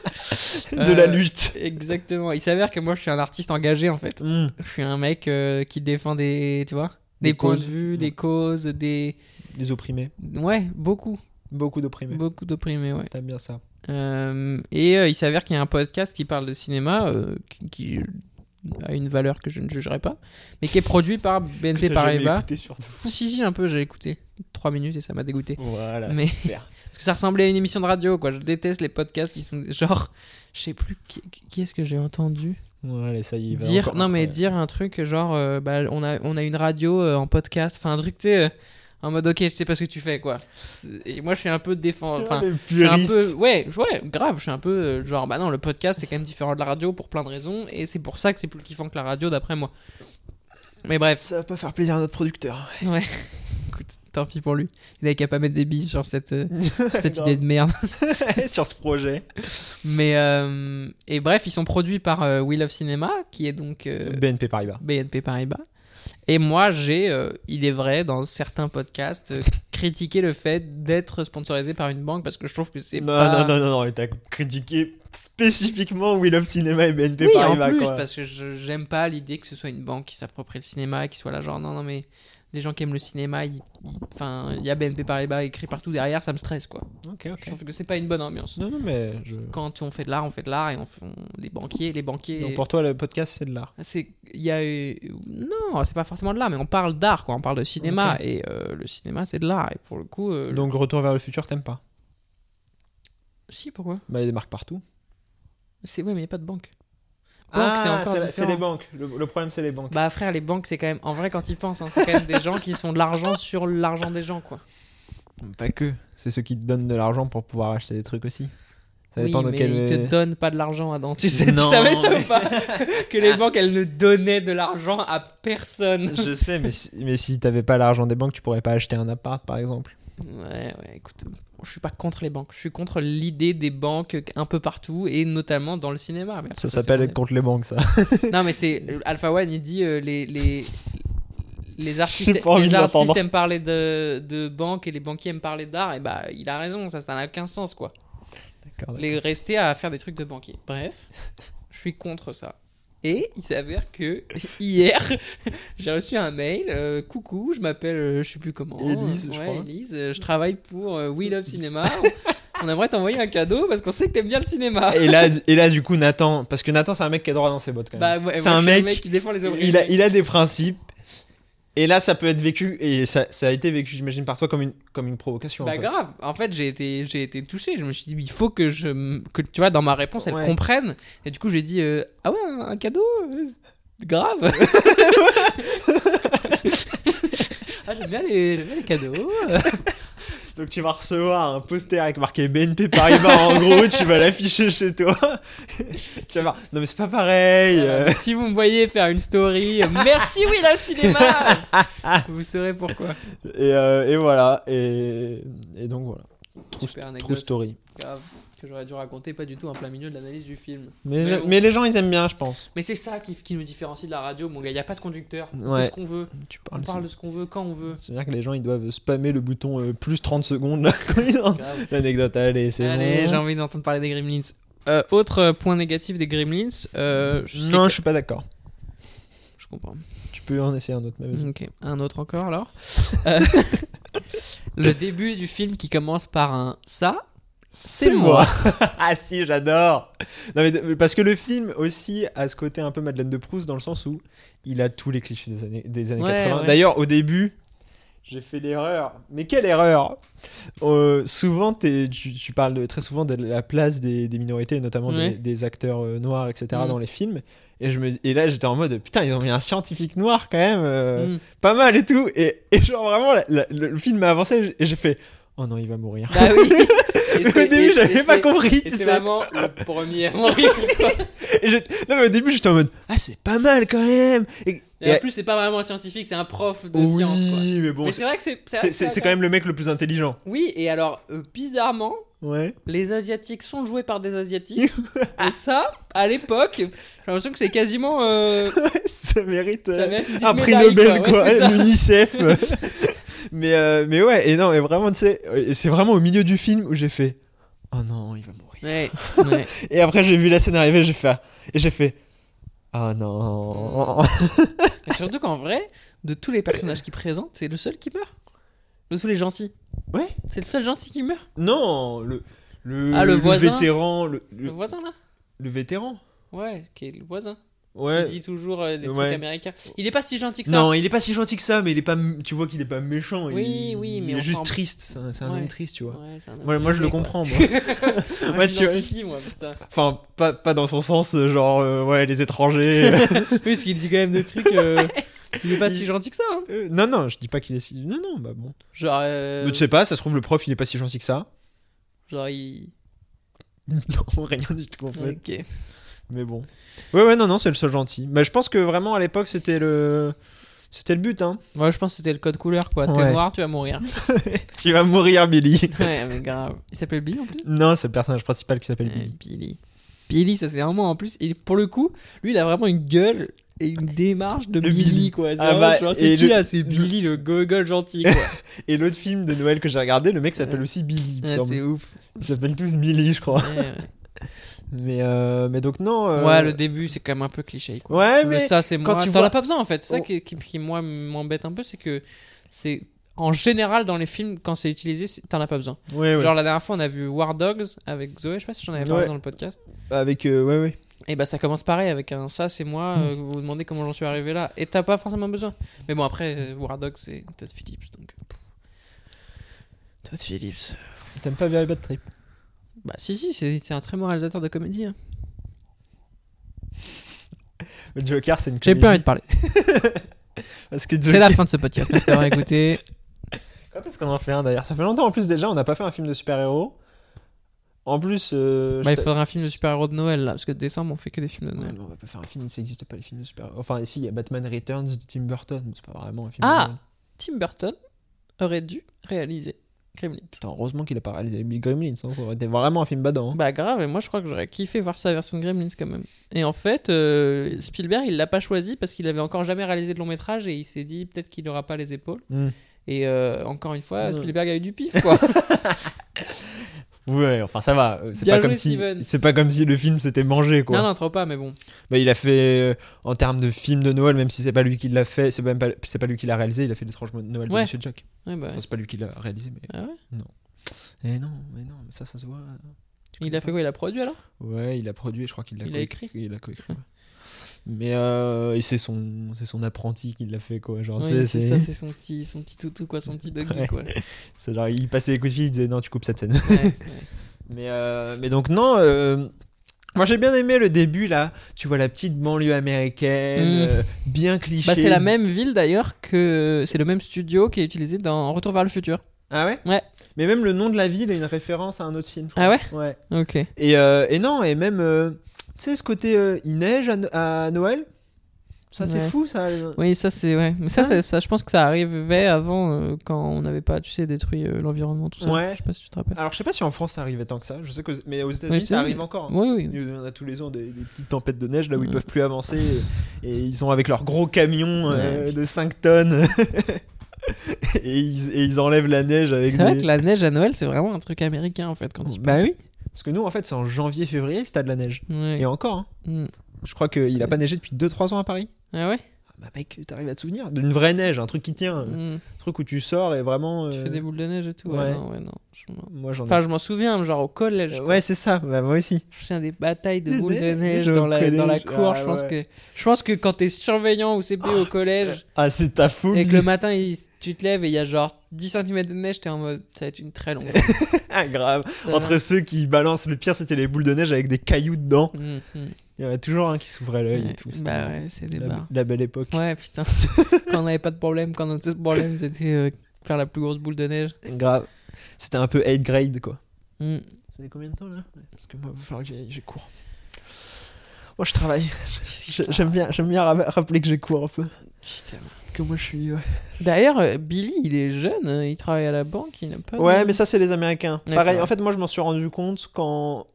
[SPEAKER 6] de
[SPEAKER 5] Euh,
[SPEAKER 6] la lutte.
[SPEAKER 5] exactement. Il s'avère que moi je suis un artiste engagé en fait.
[SPEAKER 6] Hmm.
[SPEAKER 5] Je suis un mec euh, qui défend des, tu vois, des,
[SPEAKER 6] Des
[SPEAKER 5] points
[SPEAKER 6] causes.
[SPEAKER 5] de vue,
[SPEAKER 6] Ouais.
[SPEAKER 5] des causes, des.
[SPEAKER 6] Les opprimés,
[SPEAKER 5] Ouais, beaucoup.
[SPEAKER 6] beaucoup d'opprimés.
[SPEAKER 5] Beaucoup d'opprimés, ouais.
[SPEAKER 6] T'aimes bien ça.
[SPEAKER 5] Euh, et euh, il s'avère qu'il y a un podcast qui parle de cinéma euh, qui, qui a une valeur que je ne jugerai pas, mais qui est produit par
[SPEAKER 6] T'as
[SPEAKER 5] BNP
[SPEAKER 6] jamais
[SPEAKER 5] Paribas.
[SPEAKER 6] écouté surtout.
[SPEAKER 5] Si, si, un peu, j'ai écouté 3 minutes et ça m'a dégoûté.
[SPEAKER 6] Voilà.
[SPEAKER 5] Mais-
[SPEAKER 6] Ah, super.
[SPEAKER 5] Parce que ça ressemblait à une émission de radio, quoi. Je déteste les podcasts qui sont genre. Je sais plus qui, qui est-ce que j'ai entendu.
[SPEAKER 6] Ouais, allez, ça y est. il va
[SPEAKER 5] dire
[SPEAKER 6] encore-
[SPEAKER 5] non mais
[SPEAKER 6] Ouais.
[SPEAKER 5] dire un truc genre euh, bah, on a on a une radio euh, en podcast enfin un truc tu sais euh, en mode ok je sais pas ce que tu fais quoi C'est- et moi je suis un peu défend enfin
[SPEAKER 6] Ah, Les
[SPEAKER 5] je suis un
[SPEAKER 6] puristes.
[SPEAKER 5] peu ouais je- ouais grave je suis un peu euh, genre bah non le podcast c'est quand même différent de la radio pour plein de raisons et c'est pour ça que c'est plus kiffant que la radio d'après moi mais bref
[SPEAKER 6] Ça va pas faire plaisir à notre producteur.
[SPEAKER 5] ouais écoute tant pis pour lui il a qu'à pas mettre des billes sur cette euh, sur cette
[SPEAKER 6] Grave.
[SPEAKER 5] idée de merde
[SPEAKER 6] sur ce projet.
[SPEAKER 5] mais euh, et bref ils sont produits par euh, We Love Cinema qui est donc euh,
[SPEAKER 6] BNP Paribas.
[SPEAKER 5] BNP Paribas. Et moi, j'ai, euh, il est vrai, dans certains podcasts, euh, critiqué le fait d'être sponsorisé par une banque parce que je trouve que c'est
[SPEAKER 6] Non,
[SPEAKER 5] pas...
[SPEAKER 6] non, non, non, non, t'as critiqué spécifiquement We Love Cinéma et BNP
[SPEAKER 5] Oui, en
[SPEAKER 6] Paribas.
[SPEAKER 5] plus,
[SPEAKER 6] quoi.
[SPEAKER 5] parce que je- j'aime pas l'idée que ce soit une banque qui s'approprie le cinéma et qui soit là genre non, non, mais les gens qui aiment le cinéma, ils- ils- enfin, il y a BNP Paribas écrit partout derrière, ça me stresse quoi.
[SPEAKER 6] Ok,
[SPEAKER 5] Je trouve que c'est pas une bonne ambiance.
[SPEAKER 6] Non, non, mais. je-
[SPEAKER 5] Quand on fait de l'art, on fait de l'art et on fait on- les banquiers, les banquiers.
[SPEAKER 6] Donc pour toi, le podcast, c'est de l'art.
[SPEAKER 5] Ah, C'est il y a eu- non, c'est pas forcément de l'art, mais on parle d'art quoi, on parle de cinéma et euh, le cinéma c'est de l'art et pour le coup euh,
[SPEAKER 6] Donc Retour vers le futur, t'aimes pas
[SPEAKER 5] si pourquoi
[SPEAKER 6] Bah, il y a des marques partout.
[SPEAKER 5] C'est ouais, mais il y a pas de banque. Banque c'est
[SPEAKER 6] ah,
[SPEAKER 5] encore
[SPEAKER 6] c'est- c'est
[SPEAKER 5] différent.
[SPEAKER 6] les banques. Le, le problème, c'est les banques.
[SPEAKER 5] Bah frère, les banques c'est quand même en vrai quand ils pensent, hein, c'est quand même des gens qui se font de l'argent sur l'argent des gens quoi.
[SPEAKER 6] Pas que. C'est ceux qui te donnent de l'argent pour pouvoir acheter des trucs aussi. Ça
[SPEAKER 5] oui,
[SPEAKER 6] dépend de
[SPEAKER 5] mais
[SPEAKER 6] quel.
[SPEAKER 5] ils te donnent pas de l'argent Adam. Tu sais, tu
[SPEAKER 6] Non,
[SPEAKER 5] savais ça
[SPEAKER 6] mais-
[SPEAKER 5] ou pas Que les banques elles ne donnaient de l'argent à personne.
[SPEAKER 6] Je sais, mais si, mais si t'avais pas l'argent des banques, tu pourrais pas acheter un appart, par exemple.
[SPEAKER 5] Ouais, ouais, écoute, je suis pas contre les banques, je suis contre l'idée des banques un peu partout et notamment dans le cinéma. Mais
[SPEAKER 6] Ça
[SPEAKER 5] après, Bah, c'est
[SPEAKER 6] s'appelle
[SPEAKER 5] mon
[SPEAKER 6] être contre les banques, ça.
[SPEAKER 5] avis. Non, mais c'est Alpha One, il dit euh, les les les artistes,
[SPEAKER 6] J'ai pas envie
[SPEAKER 5] les
[SPEAKER 6] de
[SPEAKER 5] artistes
[SPEAKER 6] l'entendre.
[SPEAKER 5] aiment parler de, de banques et les banquiers aiment parler d'art. Et bah, il a raison, ça, ça n'a aucun sens quoi.
[SPEAKER 6] D'accord, d'accord.
[SPEAKER 5] les rester à faire des trucs de banquier. Bref, je suis contre ça. Et il s'avère que hier, j'ai reçu un mail. euh, coucou, je m'appelle, euh, je sais plus comment.
[SPEAKER 6] Élise, je
[SPEAKER 5] Ouais,
[SPEAKER 6] crois.
[SPEAKER 5] Élise, euh, je travaille pour euh, We Love Cinéma. On aimerait t'envoyer un cadeau parce qu'on sait que t'aimes bien le cinéma.
[SPEAKER 6] Et là, et là, du coup, Nathan, parce que Nathan, c'est un mec qui a droit dans ses bottes quand
[SPEAKER 5] Bah,
[SPEAKER 6] même.
[SPEAKER 5] ouais,
[SPEAKER 6] c'est
[SPEAKER 5] moi,
[SPEAKER 6] un
[SPEAKER 5] je suis le
[SPEAKER 6] mec,
[SPEAKER 5] qui défend les ouvriers.
[SPEAKER 6] il a, il a des principes. Et là, ça peut être vécu, et ça, ça a été vécu, j'imagine, par toi comme une, comme une provocation. un
[SPEAKER 5] Bah
[SPEAKER 6] peu.
[SPEAKER 5] grave. En fait, j'ai été, j'ai été touché. Je me suis dit, il faut que je, m- que tu vois, dans ma réponse, elle
[SPEAKER 6] Ouais.
[SPEAKER 5] comprenne. Et du coup, j'ai dit, euh, ah ouais, un, un cadeau, euh, grave. ah j'aime bien les, j'aime bien les cadeaux.
[SPEAKER 6] Donc tu vas recevoir un poster avec marqué BNP Paribas en gros, tu vas l'afficher chez toi. tu vas voir, non mais c'est pas pareil.
[SPEAKER 5] Euh,
[SPEAKER 6] euh.
[SPEAKER 5] si vous me voyez faire une story, euh, merci oui la cinéma. vous saurez pourquoi.
[SPEAKER 6] Et, euh, et voilà, et, et donc voilà. True,
[SPEAKER 5] Super
[SPEAKER 6] true
[SPEAKER 5] anecdote.
[SPEAKER 6] story.
[SPEAKER 5] Grave. Que j'aurais dû raconter, pas du tout en plein milieu de l'analyse du film.
[SPEAKER 6] Mais,
[SPEAKER 5] Mais
[SPEAKER 6] je-
[SPEAKER 5] bon.
[SPEAKER 6] mais les gens ils aiment bien, je pense.
[SPEAKER 5] Mais c'est ça qui, qui nous différencie de la radio, mon gars. Il n'y a pas de conducteur. On
[SPEAKER 6] Ouais.
[SPEAKER 5] fait ce qu'on veut.
[SPEAKER 6] Tu
[SPEAKER 5] On
[SPEAKER 6] parles.
[SPEAKER 5] parle de ce qu'on veut quand on veut.
[SPEAKER 6] C'est-à-dire que les gens ils doivent spammer le bouton euh, plus 30 secondes là, quand ils ont-
[SPEAKER 5] Grave.
[SPEAKER 6] L'anecdote, allez, c'est
[SPEAKER 5] Allez, j'ai
[SPEAKER 6] bon.
[SPEAKER 5] envie d'entendre parler des Gremlins. Euh, autre euh, point négatif des Gremlins, euh, je sais
[SPEAKER 6] Non,
[SPEAKER 5] que-
[SPEAKER 6] je suis pas d'accord.
[SPEAKER 5] je comprends.
[SPEAKER 6] Tu peux en essayer un autre, mais vas-y.
[SPEAKER 5] Ok, un autre encore alors. Euh, le début du film qui commence par un ça, c'est moi.
[SPEAKER 6] ah si, j'adore. Non mais de- parce que le film aussi a ce côté un peu Madeleine de Proust dans le sens où il a tous les clichés des années des années
[SPEAKER 5] Ouais,
[SPEAKER 6] 80.
[SPEAKER 5] ouais.
[SPEAKER 6] D'ailleurs, au début, j'ai fait l'erreur. Mais quelle erreur Euh, Souvent, t'es- tu, tu parles de- très souvent de la place des, des minorités, et notamment
[SPEAKER 5] Ouais.
[SPEAKER 6] des, des acteurs euh, noirs, etc.
[SPEAKER 5] Mm.
[SPEAKER 6] dans les films. Et, je me, et là, j'étais en mode putain, ils ont mis un scientifique noir quand même. euh,
[SPEAKER 5] Mm.
[SPEAKER 6] Pas mal et tout. Et, et genre vraiment, la- la- le, le film m'a avancé et j'ai fait oh non, il va mourir.
[SPEAKER 5] Bah oui. Et
[SPEAKER 6] Mais
[SPEAKER 5] c'est-
[SPEAKER 6] au début,
[SPEAKER 5] et- et
[SPEAKER 6] j'avais pas
[SPEAKER 5] c'est-
[SPEAKER 6] compris,
[SPEAKER 5] et
[SPEAKER 6] tu
[SPEAKER 5] C'est
[SPEAKER 6] sais.
[SPEAKER 5] vraiment le premier à mourir, quoi.
[SPEAKER 6] Et j'étais- non, mais au début, j'étais en mode Ah, c'est pas mal quand même. Et,
[SPEAKER 5] Et en
[SPEAKER 6] et-
[SPEAKER 5] plus, c'est pas vraiment un scientifique, c'est un prof de
[SPEAKER 6] Oui,
[SPEAKER 5] science. Quoi.
[SPEAKER 6] mais bon,
[SPEAKER 5] Mais
[SPEAKER 6] c'est
[SPEAKER 5] c'est vrai que c'est.
[SPEAKER 6] c'est- c'est- c'est quand même le mec le plus intelligent.
[SPEAKER 5] Oui, et alors, euh, bizarrement,
[SPEAKER 6] Ouais.
[SPEAKER 5] les Asiatiques sont joués par des Asiatiques. et ça, à l'époque, j'ai l'impression que c'est quasiment. euh,
[SPEAKER 6] ça mérite
[SPEAKER 5] Ça
[SPEAKER 6] euh,
[SPEAKER 5] mérite une petite
[SPEAKER 6] un prix
[SPEAKER 5] médaille,
[SPEAKER 6] Nobel,
[SPEAKER 5] quoi. Ouais,
[SPEAKER 6] quoi.
[SPEAKER 5] c'est ça.
[SPEAKER 6] L'UNICEF. mais, euh, mais ouais, et non, et vraiment, tu sais, et c'est vraiment au milieu du film où j'ai fait Oh non, il va mourir.
[SPEAKER 5] Ouais, ouais.
[SPEAKER 6] Et après, j'ai vu la scène arriver, j'ai fait Et j'ai fait Oh
[SPEAKER 5] Mm.
[SPEAKER 6] non.
[SPEAKER 5] Et surtout qu'en vrai, de tous les personnages qui présentent, c'est le seul qui meurt. De tous les gentils.
[SPEAKER 6] Ouais.
[SPEAKER 5] C'est le seul gentil qui meurt.
[SPEAKER 6] Non, le. Le,
[SPEAKER 5] Ah, le voisin.
[SPEAKER 6] vétéran. Le, le-
[SPEAKER 5] Le voisin là.
[SPEAKER 6] le vétéran
[SPEAKER 5] Ouais, qui est le voisin.
[SPEAKER 6] Ouais.
[SPEAKER 5] Qui dit toujours euh, des
[SPEAKER 6] Ouais.
[SPEAKER 5] trucs américains. Il est pas si gentil que ça.
[SPEAKER 6] Non, il est pas si gentil que ça, mais il est pas, m- tu vois qu'il est pas méchant.
[SPEAKER 5] Oui,
[SPEAKER 6] il,
[SPEAKER 5] oui,
[SPEAKER 6] il
[SPEAKER 5] mais on
[SPEAKER 6] est juste
[SPEAKER 5] s'en-
[SPEAKER 6] triste. C'est un, c'est un
[SPEAKER 5] Ouais.
[SPEAKER 6] homme triste, tu vois.
[SPEAKER 5] Ouais, c'est un homme
[SPEAKER 6] Moi- moi, je
[SPEAKER 5] blessé,
[SPEAKER 6] le
[SPEAKER 5] quoi.
[SPEAKER 6] comprends, moi.
[SPEAKER 5] moi,
[SPEAKER 6] Moi,
[SPEAKER 5] je
[SPEAKER 6] tu vois.
[SPEAKER 5] m'identifie, moi, putain.
[SPEAKER 6] Enfin, pas, pas dans son sens, euh, genre, euh, ouais, les étrangers.
[SPEAKER 5] Oui, parce qu'il dit quand même des trucs. euh, Il est pas si gentil que ça. hein.
[SPEAKER 6] Euh, non, non, je dis pas qu'il est si. Non, non, bah bon.
[SPEAKER 5] Genre, euh,
[SPEAKER 6] Mais tu sais pas, ça se trouve, le prof, il est pas si gentil que ça.
[SPEAKER 5] genre il.
[SPEAKER 6] non, rien du tout, en fait.
[SPEAKER 5] Ok.
[SPEAKER 6] Mais bon. Ouais, ouais, non, non, c'est le seul gentil. Mais je pense que vraiment, à l'époque, c'était le. C'était le but, hein.
[SPEAKER 5] Moi, je pense que c'était le code couleur, quoi. T'es
[SPEAKER 6] Ouais.
[SPEAKER 5] noir, tu vas mourir.
[SPEAKER 6] Tu vas mourir, Billy.
[SPEAKER 5] ouais, mais grave. Il s'appelle Bill en plus.
[SPEAKER 6] non, c'est le personnage principal qui s'appelle
[SPEAKER 5] Ouais,
[SPEAKER 6] Billy.
[SPEAKER 5] Billy. Billy, ça c'est vraiment en plus. Et pour le coup, lui, il a vraiment une gueule et une démarche de
[SPEAKER 6] De
[SPEAKER 5] Billy,
[SPEAKER 6] Billy.
[SPEAKER 5] quoi. C'est
[SPEAKER 6] Ah
[SPEAKER 5] vraiment
[SPEAKER 6] bah,
[SPEAKER 5] genre, c'est
[SPEAKER 6] et
[SPEAKER 5] qui
[SPEAKER 6] le-
[SPEAKER 5] là C'est Billy le gogol gentil, quoi.
[SPEAKER 6] Et l'autre film de Noël que j'ai regardé, le mec s'appelle
[SPEAKER 5] Ouais.
[SPEAKER 6] aussi Billy. il me
[SPEAKER 5] Ouais,
[SPEAKER 6] semble.
[SPEAKER 5] c'est ouf.
[SPEAKER 6] Ils s'appellent tous Billy, je crois.
[SPEAKER 5] Ouais, ouais.
[SPEAKER 6] Mais, euh, mais donc, non. euh,
[SPEAKER 5] Ouais, le début, c'est quand même un peu cliché. Quoi.
[SPEAKER 6] Ouais,
[SPEAKER 5] mais
[SPEAKER 6] mais.
[SPEAKER 5] ça, c'est
[SPEAKER 6] quand
[SPEAKER 5] moi.
[SPEAKER 6] tu
[SPEAKER 5] T'en
[SPEAKER 6] vois-
[SPEAKER 5] as pas besoin en fait. C'est ça
[SPEAKER 6] Oh.
[SPEAKER 5] qui, qui, qui, moi m'embête un peu, c'est que c'est en général dans les films quand c'est utilisé, c'est- t'en as pas besoin.
[SPEAKER 6] Eh Ouais, ouais.
[SPEAKER 5] Genre la dernière fois, on a vu War Dogs avec Zoé. Je sais pas si j'en avais parlé
[SPEAKER 6] Ouais.
[SPEAKER 5] dans le podcast.
[SPEAKER 6] Avec. euh, ouais, ouais.
[SPEAKER 5] Et bah ça commence pareil avec un ça, c'est moi. euh, vous vous demandez comment j'en suis arrivé là. Et t'as pas forcément besoin. Mais bon après, euh, War Dogs c'est Todd Phillips donc. pff. Todd Phillips.
[SPEAKER 6] T'aimes pas Very Bad Trip
[SPEAKER 5] Bah si si, c'est c'est un très bon réalisateur de comédie. hein.
[SPEAKER 6] Mais Joker, c'est une
[SPEAKER 5] J'ai
[SPEAKER 6] comédie.
[SPEAKER 5] plus envie de parler.
[SPEAKER 6] Parce que
[SPEAKER 5] C'est la
[SPEAKER 6] Joker.
[SPEAKER 5] fin de ce podcast. Merci d'avoir écouté.
[SPEAKER 6] Quand est-ce qu'on en fait un d'ailleurs Ça fait longtemps en plus déjà, on n'a pas fait un film de super-héros. En plus. euh, je
[SPEAKER 5] Bah, il
[SPEAKER 6] t'a-
[SPEAKER 5] faudrait un film de super-héros de Noël là, parce que décembre on fait que des films de
[SPEAKER 6] Ouais,
[SPEAKER 5] Noël.
[SPEAKER 6] mais on va pas faire un film, ça existe pas les films de super-héros. Enfin, ici, il y a Batman Returns de Tim Burton, mais c'est pas vraiment un film.
[SPEAKER 5] Ah
[SPEAKER 6] de-
[SPEAKER 5] Tim Burton aurait dû réaliser Gremlins.
[SPEAKER 6] Putain, heureusement qu'il a pas réalisé Bill Gremlins, hein, ça aurait été vraiment un film badant. hein.
[SPEAKER 5] Bah grave, et moi je crois que j'aurais kiffé voir sa version de Gremlins quand même. Et en fait, euh, Spielberg il l'a pas choisi parce qu'il avait encore jamais réalisé de long métrage et il s'est dit peut-être qu'il n'aura pas les épaules.
[SPEAKER 6] Mm.
[SPEAKER 5] Et euh, encore une fois,
[SPEAKER 6] Mm.
[SPEAKER 5] Spielberg a eu du pif quoi.
[SPEAKER 6] Ouais, enfin ça va, euh, c'est
[SPEAKER 5] Bien
[SPEAKER 6] pas comme
[SPEAKER 5] joué,
[SPEAKER 6] si
[SPEAKER 5] Steven.
[SPEAKER 6] c'est pas comme si le film s'était mangé quoi.
[SPEAKER 5] non, non, trop pas, mais bon.
[SPEAKER 6] Bah, il a fait euh, en termes de film de Noël, même si c'est pas lui qui l'a fait, c'est même pas c'est pas lui qui l'a réalisé, il a fait l'étrange Noël
[SPEAKER 5] Ouais.
[SPEAKER 6] de Monsieur Jack.
[SPEAKER 5] Ouais, bah,
[SPEAKER 6] Enfin, c'est pas lui qui l'a réalisé mais
[SPEAKER 5] ah ouais
[SPEAKER 6] Eh non, mais non, mais ça ça se voit. Tu
[SPEAKER 5] il
[SPEAKER 6] comprends
[SPEAKER 5] a fait quoi Il a produit alors
[SPEAKER 6] Ouais, il a produit, et je crois qu'il l'a
[SPEAKER 5] Il a
[SPEAKER 6] coécrit-
[SPEAKER 5] écrit.
[SPEAKER 6] Il a coécrit. ouais. Mais euh, et c'est son c'est son apprenti qui l'a fait quoi, genre
[SPEAKER 5] Ouais,
[SPEAKER 6] tu sais,
[SPEAKER 5] C'est
[SPEAKER 6] c'est-
[SPEAKER 5] ça, c'est son petit, son petit toutou quoi, son petit doggy
[SPEAKER 6] Ouais.
[SPEAKER 5] quoi.
[SPEAKER 6] c'est genre il passait les coups de fil, il disait non, tu coupes cette scène.
[SPEAKER 5] Ouais, ouais.
[SPEAKER 6] Mais, euh, mais donc non, euh, moi j'ai bien aimé le début là. Tu vois la petite banlieue américaine,
[SPEAKER 5] Mm.
[SPEAKER 6] euh, bien cliché.
[SPEAKER 5] Bah, c'est la même ville d'ailleurs que c'est le même studio qui est utilisé dans Retour vers le futur.
[SPEAKER 6] Ah ouais
[SPEAKER 5] Ouais.
[SPEAKER 6] Mais même le nom de la ville est une référence à un autre film. je crois.
[SPEAKER 5] Ah ouais
[SPEAKER 6] Ouais.
[SPEAKER 5] Ok.
[SPEAKER 6] Et, euh, et non, et même, euh, tu sais ce côté euh, il neige à, No- à Noël Ça c'est
[SPEAKER 5] Ouais.
[SPEAKER 6] fou ça.
[SPEAKER 5] Oui, ça c'est ouais. Mais ça,
[SPEAKER 6] Ah.
[SPEAKER 5] c'est- ça, je pense que ça arrivait avant euh, quand on n'avait pas, tu sais, détruit euh, l'environnement tout ça.
[SPEAKER 6] Ouais.
[SPEAKER 5] Je sais pas si tu te rappelles.
[SPEAKER 6] Alors je sais pas si en France ça arrivait tant que ça. Je sais que mais aux États-Unis
[SPEAKER 5] Ouais, Mm. je sais,
[SPEAKER 6] ça arrive
[SPEAKER 5] mais-
[SPEAKER 6] encore. hein.
[SPEAKER 5] Oui, oui.
[SPEAKER 6] Il y en a tous les ans des, des petites tempêtes de neige là où ils
[SPEAKER 5] Ouais.
[SPEAKER 6] peuvent plus avancer et, et ils sont avec leur gros camion euh, de 5 tonnes et, ils, et ils enlèvent la neige avec
[SPEAKER 5] C'est
[SPEAKER 6] des...
[SPEAKER 5] vrai que la neige à Noël, c'est vraiment un truc américain en fait quand tu y
[SPEAKER 6] Bah oui Parce que nous en fait c'est en janvier-février si t'as de la neige.
[SPEAKER 5] penses. Ouais.
[SPEAKER 6] Et encore, hein.
[SPEAKER 5] Mm.
[SPEAKER 6] je crois qu'il a pas neigé depuis 2-3 ans à Paris.
[SPEAKER 5] Ah ouais.
[SPEAKER 6] Ah bah mec, t'arrives à te souvenir D'une vraie neige, un truc qui tient,
[SPEAKER 5] Mm.
[SPEAKER 6] un truc où tu sors et vraiment...
[SPEAKER 5] Tu
[SPEAKER 6] euh,
[SPEAKER 5] fais des boules de neige et tout. Ouais.
[SPEAKER 6] ouais.
[SPEAKER 5] non, ouais, non. Je m'en-
[SPEAKER 6] Moi j'en ai...
[SPEAKER 5] Enfin, je m'en souviens, genre au collège.
[SPEAKER 6] Euh,
[SPEAKER 5] quoi.
[SPEAKER 6] ouais c'est ça, bah, moi aussi.
[SPEAKER 5] Je me souviens des batailles de
[SPEAKER 6] Des
[SPEAKER 5] boules de
[SPEAKER 6] neiges
[SPEAKER 5] neige
[SPEAKER 6] au
[SPEAKER 5] dans la, dans la
[SPEAKER 6] collège.
[SPEAKER 5] cour.
[SPEAKER 6] Ah,
[SPEAKER 5] je pense
[SPEAKER 6] ouais.
[SPEAKER 5] que je pense que quand t'es surveillant ou CP au collège
[SPEAKER 6] Ah c'est ta foule
[SPEAKER 5] et que le matin il- tu te lèves et il y a genre 10 cm de neige, t'es en mode ça va être une très longue. journée.
[SPEAKER 6] Ah grave
[SPEAKER 5] Ça-
[SPEAKER 6] Entre ceux qui balancent, le pire c'était les boules de neige avec des cailloux dedans.
[SPEAKER 5] Mm, mm.
[SPEAKER 6] Il y en a toujours un qui s'ouvrait l'œil
[SPEAKER 5] Ouais,
[SPEAKER 6] et tout. c'était
[SPEAKER 5] Bah ouais, c'est des
[SPEAKER 6] la,
[SPEAKER 5] bars.
[SPEAKER 6] la belle époque.
[SPEAKER 5] Ouais, putain. quand on n'avait pas de problème, quand notre seul problème c'était euh, faire la plus grosse boule de neige.
[SPEAKER 6] Grave. C'était un peu 8 grade quoi.
[SPEAKER 5] Mm.
[SPEAKER 6] Ça fait combien de temps là Ouais, Parce que moi, il va falloir que j'ai- j'ai cours. Moi je travaille. Je- J'aime bien, j'aime bien ra- rappeler que j'ai cours un peu. Parce que moi je suis. Ouais,
[SPEAKER 5] D'ailleurs, euh, Billy, il est jeune, euh, il travaille à la banque, il n'a pas. de-
[SPEAKER 6] Ouais, mais ça c'est les Américains.
[SPEAKER 5] Ouais, c'est
[SPEAKER 6] Pareil,
[SPEAKER 5] vrai.
[SPEAKER 6] en fait moi je m'en suis rendu compte quand.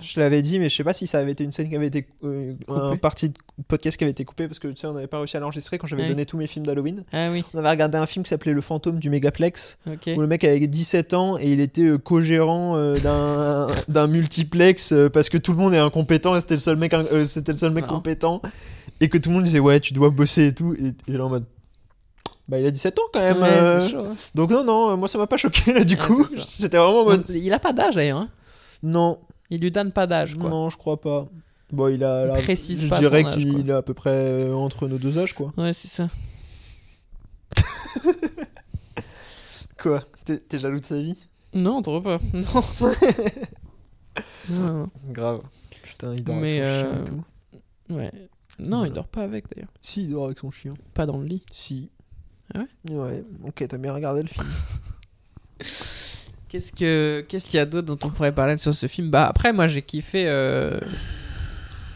[SPEAKER 6] Je l'avais dit, mais je sais pas si ça avait été une scène qui avait été. euh, un
[SPEAKER 5] Coupée.
[SPEAKER 6] parti de podcast qui avait été coupé parce que tu sais, on n'avait pas réussi à l'enregistrer quand j'avais
[SPEAKER 5] Ouais.
[SPEAKER 6] donné tous mes films d'Halloween.
[SPEAKER 5] Ah oui,
[SPEAKER 6] On avait regardé un film qui s'appelait Le fantôme du Mégaplex.
[SPEAKER 5] ok.
[SPEAKER 6] Où le mec avait 17 ans et il était euh, co-gérant euh, d'un- d'un multiplex euh, parce que tout le monde est incompétent et c'était le seul mec, in- euh, c'était le seul mec
[SPEAKER 5] marrant.
[SPEAKER 6] compétent et que tout le monde disait ouais tu dois bosser et tout et, et là en mode bah il a 17 ans quand même
[SPEAKER 5] Ouais,
[SPEAKER 6] euh.
[SPEAKER 5] c'est chaud, hein.
[SPEAKER 6] donc non non euh, moi ça m'a pas choqué là du
[SPEAKER 5] Ouais,
[SPEAKER 6] coup
[SPEAKER 5] Ah, c'est ça.
[SPEAKER 6] j'étais vraiment en mode
[SPEAKER 5] Il a pas d'âge d'ailleurs. hein.
[SPEAKER 6] non
[SPEAKER 5] Il lui donne pas d'âge quoi.
[SPEAKER 6] non je crois pas bon il a
[SPEAKER 5] Il
[SPEAKER 6] là,
[SPEAKER 5] précise
[SPEAKER 6] je
[SPEAKER 5] pas
[SPEAKER 6] dirais
[SPEAKER 5] son âge,
[SPEAKER 6] qu'il est à peu près euh, entre nos deux âges quoi
[SPEAKER 5] Ouais, c'est ça.
[SPEAKER 6] quoi t'es t'es jaloux de sa vie
[SPEAKER 5] Non, trop pas. Non. non.
[SPEAKER 6] grave putain il dort
[SPEAKER 5] Mais,
[SPEAKER 6] avec son
[SPEAKER 5] euh,
[SPEAKER 6] chien et tout
[SPEAKER 5] Ouais. Non,
[SPEAKER 6] Voilà.
[SPEAKER 5] il dort pas avec d'ailleurs.
[SPEAKER 6] si il dort avec son chien
[SPEAKER 5] Pas dans le lit.
[SPEAKER 6] Si.
[SPEAKER 5] Ah
[SPEAKER 6] Ouais, ok, t'as bien regardé le film.
[SPEAKER 5] Qu'est-ce que qu'est-ce qu'il y a d'autre dont on pourrait parler sur ce film Bah après moi j'ai kiffé euh,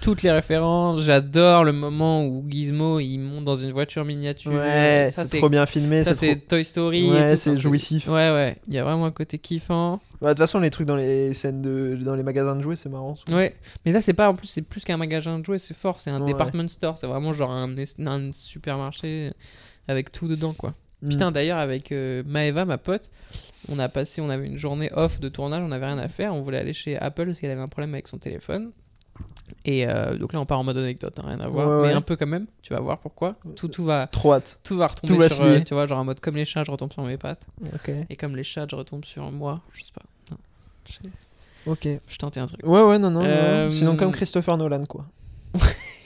[SPEAKER 5] toutes les références. J'adore le moment où Gizmo il monte dans une voiture miniature.
[SPEAKER 6] Ouais,
[SPEAKER 5] ça
[SPEAKER 6] c'est
[SPEAKER 5] c'est
[SPEAKER 6] trop bien filmé.
[SPEAKER 5] ça
[SPEAKER 6] c'est
[SPEAKER 5] c'est
[SPEAKER 6] trop-
[SPEAKER 5] Toy Story. et
[SPEAKER 6] Ouais,
[SPEAKER 5] tout,
[SPEAKER 6] c'est
[SPEAKER 5] enfin,
[SPEAKER 6] jouissif.
[SPEAKER 5] Ouais ouais, il y a vraiment un côté kiffant.
[SPEAKER 6] Bah, De toute façon, les trucs dans les scènes de. dans les magasins de jouets, c'est marrant. souvent.
[SPEAKER 5] Ouais, mais là c'est pas en plus c'est plus qu'un magasin de jouets, c'est fort, c'est un
[SPEAKER 6] Ouais.
[SPEAKER 5] department store, c'est vraiment genre un, es- un supermarché avec tout dedans quoi.
[SPEAKER 6] Mm.
[SPEAKER 5] Putain,
[SPEAKER 6] Mmh.
[SPEAKER 5] d'ailleurs, avec euh, Maeva, ma pote, on a passé, on avait une journée off de tournage, on n'avait rien à faire. On voulait aller chez Apple parce qu'elle avait un problème avec son téléphone. Et euh, donc là, on part en mode anecdote, hein, rien à voir,
[SPEAKER 6] Ouais, ouais.
[SPEAKER 5] mais un peu quand même. Tu vas voir pourquoi. Tout, tout va,
[SPEAKER 6] Trop hâte.
[SPEAKER 5] tout va retomber
[SPEAKER 6] Tout va
[SPEAKER 5] sur,
[SPEAKER 6] se lier.
[SPEAKER 5] euh, tu vois, genre en mode comme les chats, je retombe sur mes pattes,
[SPEAKER 6] Ok.
[SPEAKER 5] et comme les chats, je retombe sur moi. Je sais pas. Putain, je-
[SPEAKER 6] Ok.
[SPEAKER 5] Je tentais un truc.
[SPEAKER 6] Ouais, ouais, non, non. non.
[SPEAKER 5] Euh,
[SPEAKER 6] Sinon, comme Christopher Nolan, quoi.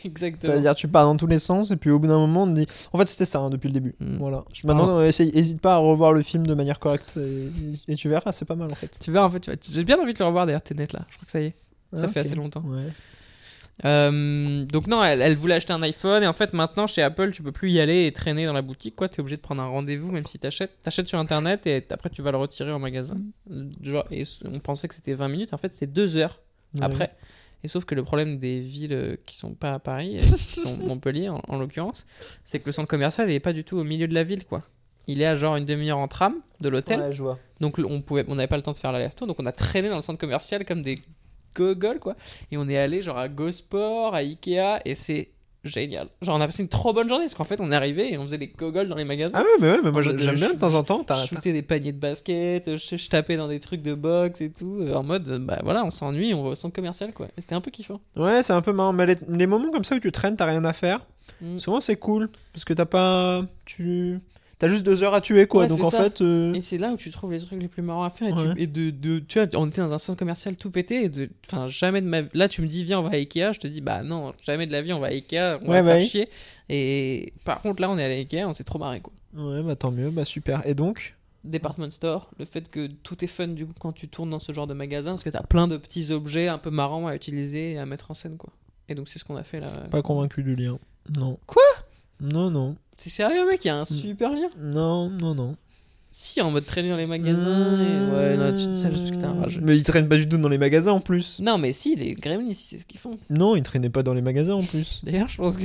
[SPEAKER 5] Exactement.
[SPEAKER 6] C'est-à-dire, tu pars dans tous les sens, et puis au bout d'un moment, on te dit. En fait, c'était ça, hein, depuis le début.
[SPEAKER 5] Mm.
[SPEAKER 6] Voilà. Maintenant, n'hésite pas à revoir le film de manière correcte, et, et tu verras, c'est pas mal, en fait.
[SPEAKER 5] Tu vas en fait, tu vas- j'ai bien envie de le revoir d'ailleurs, t'es net là. Je crois que ça y est, ça
[SPEAKER 6] Ah,
[SPEAKER 5] fait
[SPEAKER 6] ok.
[SPEAKER 5] assez longtemps.
[SPEAKER 6] Ouais.
[SPEAKER 5] Euh, donc non, elle, elle voulait acheter un iPhone et en fait maintenant chez Apple tu peux plus y aller et traîner dans la boutique quoi. T'es obligé de prendre un rendez-vous même si t'achètes. T'achètes sur internet et après tu vas le retirer en magasin. Genre, et s- on pensait que c'était 20 minutes, en fait c'est 2 heures
[SPEAKER 6] Ouais.
[SPEAKER 5] après. Et sauf que le problème des villes euh, qui sont pas à Paris, euh, qui sont Montpellier en, en l'occurrence, c'est que le centre commercial il est pas du tout au milieu de la ville quoi. Il est à genre une demi-heure en tram de l'hôtel.
[SPEAKER 6] Ouais, je vois.
[SPEAKER 5] Donc le- on pouvait, on n'avait pas le temps de faire l'aller-retour, donc on a traîné dans le centre commercial comme des gogoles quoi. Et on est allé genre à Gosport, à Ikea, et c'est génial. Genre on a passé une trop bonne journée parce qu'en fait on est arrivé et on faisait des gogoles dans les magasins.
[SPEAKER 6] Ah ouais, mais ouais, mais moi
[SPEAKER 5] En mode,
[SPEAKER 6] j'aime
[SPEAKER 5] je-
[SPEAKER 6] bien de temps en temps. t'as-
[SPEAKER 5] je shootais des paniers de basket, euh, je, je tapais dans des trucs de boxe et tout, euh, en mode euh, bah voilà on s'ennuie, on va au centre commercial quoi. Et C'était un peu kiffant.
[SPEAKER 6] Ouais, c'est un peu marrant, mais les, les moments comme ça où tu traînes, t'as rien à faire,
[SPEAKER 5] Mm.
[SPEAKER 6] souvent c'est cool, parce que t'as pas. Tu. T'as juste deux heures à tuer, quoi,
[SPEAKER 5] Ouais,
[SPEAKER 6] donc
[SPEAKER 5] c'est
[SPEAKER 6] en
[SPEAKER 5] ça.
[SPEAKER 6] fait. euh,
[SPEAKER 5] Et c'est là où tu trouves les trucs les plus marrants à faire. Et,
[SPEAKER 6] Ouais.
[SPEAKER 5] tu, et de, de- tu vois, on était dans un centre commercial tout pété. Et de, enfin, jamais de ma Là, tu me dis, viens, on va à Ikea. Je te dis, bah non, jamais de la vie, on va à Ikea. On
[SPEAKER 6] Ouais,
[SPEAKER 5] va
[SPEAKER 6] bah
[SPEAKER 5] faire
[SPEAKER 6] oui.
[SPEAKER 5] chier. Et par contre, là, on est allé à Ikea, on s'est trop marré quoi.
[SPEAKER 6] Ouais, bah tant mieux, bah super. Et donc
[SPEAKER 5] Department store, le fait que tout est fun du coup quand tu tournes dans ce genre de magasin parce que t'as plein de petits objets un peu marrants à utiliser et à mettre en scène quoi. Et donc, c'est ce qu'on a fait là.
[SPEAKER 6] Pas convaincu du lien. Non.
[SPEAKER 5] Quoi
[SPEAKER 6] Non, non.
[SPEAKER 5] T'es sérieux, mec Il y
[SPEAKER 6] Mm.
[SPEAKER 5] a un super lien
[SPEAKER 6] Non, non, non.
[SPEAKER 5] Si, en mode traîner dans les magasins.
[SPEAKER 6] Mm.
[SPEAKER 5] et- Ouais, non, tu dis ça juste parce que t'es un rageux.
[SPEAKER 6] Mmh. Mais ils traînent pas du tout dans les magasins en plus.
[SPEAKER 5] Non, mais si, les gremlins, c'est ce qu'ils font.
[SPEAKER 6] Non, ils traînaient pas dans les magasins en plus.
[SPEAKER 5] D'ailleurs, je pense que.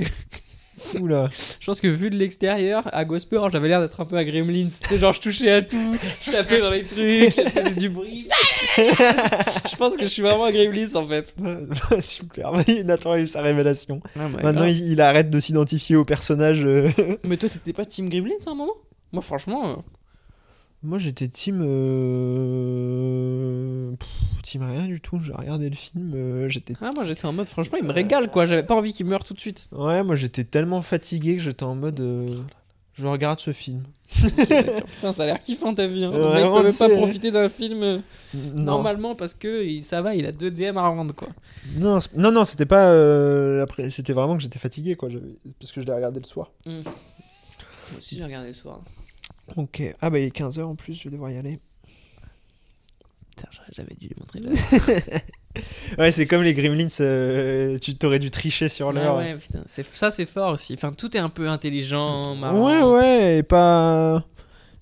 [SPEAKER 6] Oula.
[SPEAKER 5] Je pense que vu de l'extérieur, à Gosport, j'avais l'air d'être un peu à Gremlins. Tu sais, genre, je touchais à tout, je tapais dans les trucs, je faisais du bruit. je pense que je suis vraiment à Gremlins en fait.
[SPEAKER 6] Ah, super. Nathan a eu sa révélation. Maintenant,
[SPEAKER 5] Maintenant,
[SPEAKER 6] il, il arrête de s'identifier au personnage. euh.
[SPEAKER 5] il- Mais toi, t'étais pas Team Gremlins à un moment Moi, franchement. euh,
[SPEAKER 6] Moi, j'étais team. euh, pff, team rien du tout. J'ai regardé le film. euh, J'étais.
[SPEAKER 5] Ah, moi, j'étais en mode, franchement, il me régale quoi. J'avais pas envie qu'il meure tout de suite.
[SPEAKER 6] Ouais, moi, j'étais tellement fatigué que j'étais en mode. euh, Je regarde ce film.
[SPEAKER 5] Putain, ça a l'air kiffant ta vie. Hein.
[SPEAKER 6] Euh,
[SPEAKER 5] Le mec
[SPEAKER 6] vraiment,
[SPEAKER 5] peut même
[SPEAKER 6] tu
[SPEAKER 5] pas
[SPEAKER 6] sais.
[SPEAKER 5] profiter d'un film euh,
[SPEAKER 6] Non.
[SPEAKER 5] normalement parce que il- ça va, il a deux DM à rendre quoi.
[SPEAKER 6] Non, c'est- non, non, c'était pas. euh, après, c'était vraiment que j'étais fatigué, quoi. j'avais- Parce que je l'ai regardé le soir.
[SPEAKER 5] Moi aussi, j'ai regardé ce soir.
[SPEAKER 6] Ok. Ah, bah, il est 15h en plus, je vais devoir y aller.
[SPEAKER 5] Putain, j'aurais jamais dû lui montrer là.
[SPEAKER 6] Ouais, c'est comme les Gremlins, euh, tu t'aurais dû tricher sur
[SPEAKER 5] Ouais,
[SPEAKER 6] l'heure.
[SPEAKER 5] Ah ouais, putain. C'est, ça, c'est fort aussi. Enfin, tout est un peu intelligent, marrant.
[SPEAKER 6] ouais, ouais, et pas.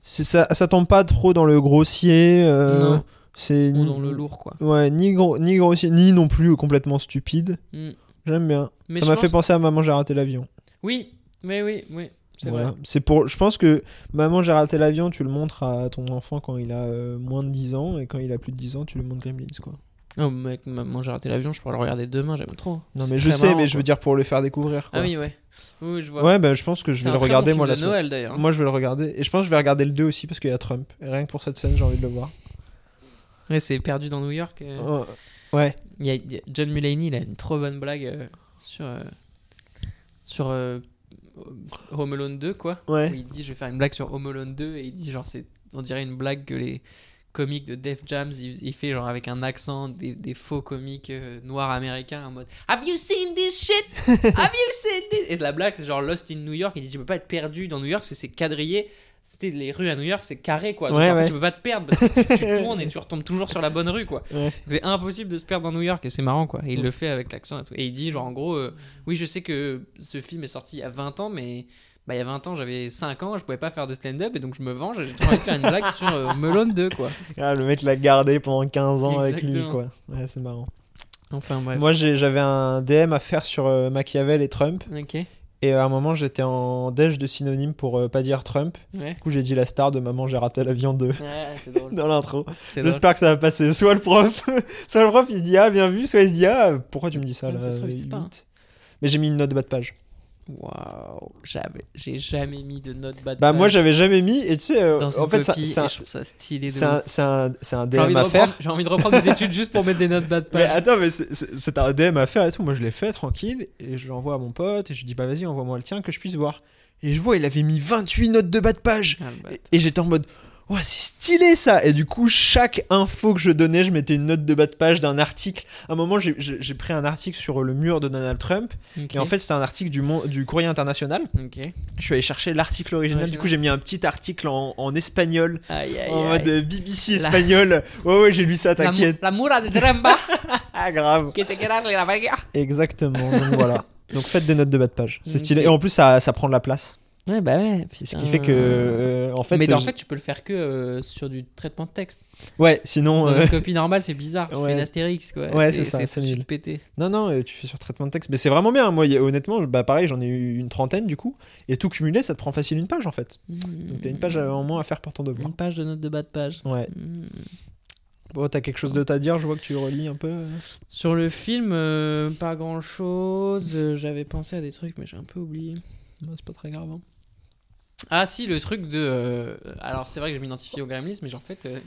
[SPEAKER 6] c'est- Ça, ça tombe pas trop dans le grossier. euh,
[SPEAKER 5] Non.
[SPEAKER 6] C'est.
[SPEAKER 5] Ou dans le lourd, quoi.
[SPEAKER 6] Ouais, ni, gros, ni grossier, ni non plus complètement stupide.
[SPEAKER 5] Mm.
[SPEAKER 6] J'aime bien.
[SPEAKER 5] Mais
[SPEAKER 6] ça
[SPEAKER 5] je
[SPEAKER 6] m'a
[SPEAKER 5] pense-
[SPEAKER 6] fait penser à Maman, j'ai raté l'avion.
[SPEAKER 5] Oui, mais oui, oui. C'est
[SPEAKER 6] Voilà.
[SPEAKER 5] vrai.
[SPEAKER 6] C'est pour. Je pense que Maman, j'ai raté l'avion, tu le montres à ton enfant quand il a euh, moins de 10 ans, et quand il a plus de 10 ans, tu le montres Gremlins, quoi.
[SPEAKER 5] Oh, mec, maman, j'ai raté l'avion, je pourrais le regarder demain, j'aime trop.
[SPEAKER 6] Non,
[SPEAKER 5] C'est
[SPEAKER 6] mais je
[SPEAKER 5] très
[SPEAKER 6] sais,
[SPEAKER 5] marrant,
[SPEAKER 6] mais je
[SPEAKER 5] quoi.
[SPEAKER 6] veux dire pour le faire découvrir, quoi.
[SPEAKER 5] Ah oui, ouais. Oui, je vois.
[SPEAKER 6] Ouais, bah, je pense que je
[SPEAKER 5] C'est
[SPEAKER 6] vais
[SPEAKER 5] un
[SPEAKER 6] le
[SPEAKER 5] très bon
[SPEAKER 6] regarder,
[SPEAKER 5] film
[SPEAKER 6] moi, la
[SPEAKER 5] de
[SPEAKER 6] semaine-
[SPEAKER 5] Noël, hein. d'ailleurs.
[SPEAKER 6] Moi, je vais le regarder. Et je pense que je vais regarder le 2 aussi, parce qu'il y a Trump. Et rien que pour cette scène, j'ai envie de le voir.
[SPEAKER 5] Ouais, c'est perdu dans New York. euh.
[SPEAKER 6] Ouais. Ouais.
[SPEAKER 5] Il y a, il y a- John Mulaney, il a une trop bonne blague euh, sur. euh, sur. euh, Home Alone 2, quoi.
[SPEAKER 6] Ouais.
[SPEAKER 5] Où il dit, je vais faire une blague sur Home Alone 2, et il dit, genre, c'est. On dirait une blague que les comiques de Def Jams, il, il fait, genre, avec un accent des, des faux comiques euh, noirs américains, en mode Have you seen this shit? Have you seen this? Et la blague, c'est genre Lost in New York. Il dit, tu peux pas être perdu dans New York, parce que c'est quadrillé. C'était les rues à New York, c'est carré, quoi. Donc,
[SPEAKER 6] Ouais,
[SPEAKER 5] en fait,
[SPEAKER 6] ouais.
[SPEAKER 5] tu peux pas te perdre, parce que tu, tu tournes et tu retombes toujours sur la bonne rue, quoi.
[SPEAKER 6] Ouais.
[SPEAKER 5] C'est impossible de se perdre dans New York et c'est marrant quoi. Et il le fait avec l'accent et tout. Et il dit genre en gros, euh, oui je sais que ce film est sorti il y a 20 ans mais bah, il y a 20 ans j'avais 5 ans, je pouvais pas faire de stand-up et donc je me venge et j'ai trop envie de faire une blague sur euh, Melon 2 quoi.
[SPEAKER 6] Ah, le mec l'a gardé pendant 15 ans avec lui,
[SPEAKER 5] Exactement.
[SPEAKER 6] quoi. Ouais, c'est marrant.
[SPEAKER 5] Enfin bref.
[SPEAKER 6] Moi, j'ai- j'avais un DM à faire sur euh, Machiavel et Trump.
[SPEAKER 5] Ok.
[SPEAKER 6] Et à un moment, j'étais en déj de synonyme pour euh, pas dire Trump.
[SPEAKER 5] Ouais.
[SPEAKER 6] Du coup, j'ai dit la star de Maman, j'ai raté l'avion 2
[SPEAKER 5] Ouais, c'est drôle.
[SPEAKER 6] dans l'intro.
[SPEAKER 5] C'est drôle.
[SPEAKER 6] J'espère que ça va passer. Soit le prof, soit le prof, il se dit ah bien vu, soit il se dit ah pourquoi tu me dis ça
[SPEAKER 5] Non,
[SPEAKER 6] là.
[SPEAKER 5] ça se trouve, il sait pas, hein.
[SPEAKER 6] huit Mais j'ai mis une note bas de page.
[SPEAKER 5] Waouh, j'avais- j'ai jamais mis de note bad
[SPEAKER 6] Bah, moi,
[SPEAKER 5] Bunny
[SPEAKER 6] j'avais jamais mis. Et tu sais, euh,
[SPEAKER 5] dans une
[SPEAKER 6] en fait, ça-
[SPEAKER 5] copie,
[SPEAKER 6] c'est
[SPEAKER 5] et
[SPEAKER 6] un-
[SPEAKER 5] je trouve ça stylé. de
[SPEAKER 6] c'est un-
[SPEAKER 5] ouf.
[SPEAKER 6] c'est un c'est un
[SPEAKER 5] J'ai
[SPEAKER 6] DM
[SPEAKER 5] envie de
[SPEAKER 6] à faire.
[SPEAKER 5] reprendre- j'ai envie de reprendre des études juste pour mettre des notes bas de
[SPEAKER 6] Mais
[SPEAKER 5] page.
[SPEAKER 6] attends, mais c'est- c'est c'est un DM à faire et tout. Moi, je l'ai fait tranquille et je l'envoie à mon pote et je lui dis bah vas-y, envoie-moi le tien que je puisse voir. Et je vois, il avait mis 28 notes de bas de page.
[SPEAKER 5] Ah, le bâtard.
[SPEAKER 6] Et, et j'étais en mode oh c'est stylé ça. Et du coup, chaque info que je donnais, je mettais une note de bas de page d'un article. À un moment, j'ai- j'ai j'ai pris un article sur le mur de Donald Trump
[SPEAKER 5] Ok.
[SPEAKER 6] et en fait, c'était un article du, Mon- du Courrier International.
[SPEAKER 5] Ok.
[SPEAKER 6] Je suis allé chercher l'article original. Du
[SPEAKER 5] Original.
[SPEAKER 6] coup, j'ai mis un petit article en, en espagnol.
[SPEAKER 5] Aïe, aïe,
[SPEAKER 6] En
[SPEAKER 5] aïe.
[SPEAKER 6] mode euh, BBC
[SPEAKER 5] La-
[SPEAKER 6] espagnol. Ouais, ouais, j'ai lu ça,
[SPEAKER 5] La mou-
[SPEAKER 6] t'inquiète.
[SPEAKER 5] La mura de Dremba,
[SPEAKER 6] Ah, grave.
[SPEAKER 5] que se quedarle la vaga.
[SPEAKER 6] Exactement, donc voilà. Donc faites des notes de bas de page. C'est
[SPEAKER 5] Ok.
[SPEAKER 6] stylé. Et en plus, ça, ça prend de la place.
[SPEAKER 5] Ouais, bah ouais.
[SPEAKER 6] Ce qui fait que. euh, en fait,
[SPEAKER 5] mais en
[SPEAKER 6] je-
[SPEAKER 5] fait, tu peux le faire que euh, sur du traitement de texte.
[SPEAKER 6] Ouais, sinon.
[SPEAKER 5] Dans
[SPEAKER 6] euh,
[SPEAKER 5] une copie normale, c'est bizarre. Tu
[SPEAKER 6] Ouais.
[SPEAKER 5] fais une astérix, quoi.
[SPEAKER 6] Ouais, c'est ça, c'est
[SPEAKER 5] tout de suite
[SPEAKER 6] nul.
[SPEAKER 5] pété.
[SPEAKER 6] Non, non, euh, tu fais sur traitement de texte. Mais c'est vraiment bien. Moi, y a- honnêtement, bah, pareil, j'en ai eu une trentaine du coup. Et tout cumulé, ça te prend facile une page en fait. Donc t'as une page en moins à faire pour ton devoir.
[SPEAKER 5] Hmm. Une page de notes de bas de page.
[SPEAKER 6] Ouais.
[SPEAKER 5] Mm.
[SPEAKER 6] Bon, t'as quelque chose de à dire Je vois que tu relis un peu. euh.
[SPEAKER 5] Sur le film, euh, pas grand chose. Euh, J'avais pensé à des trucs, mais j'ai un peu oublié.
[SPEAKER 6] Non, C'est pas très grave. hein.
[SPEAKER 5] Ah, si, le truc de. euh, alors, c'est vrai que je m'identifie au Gremlins, mais en fait, euh,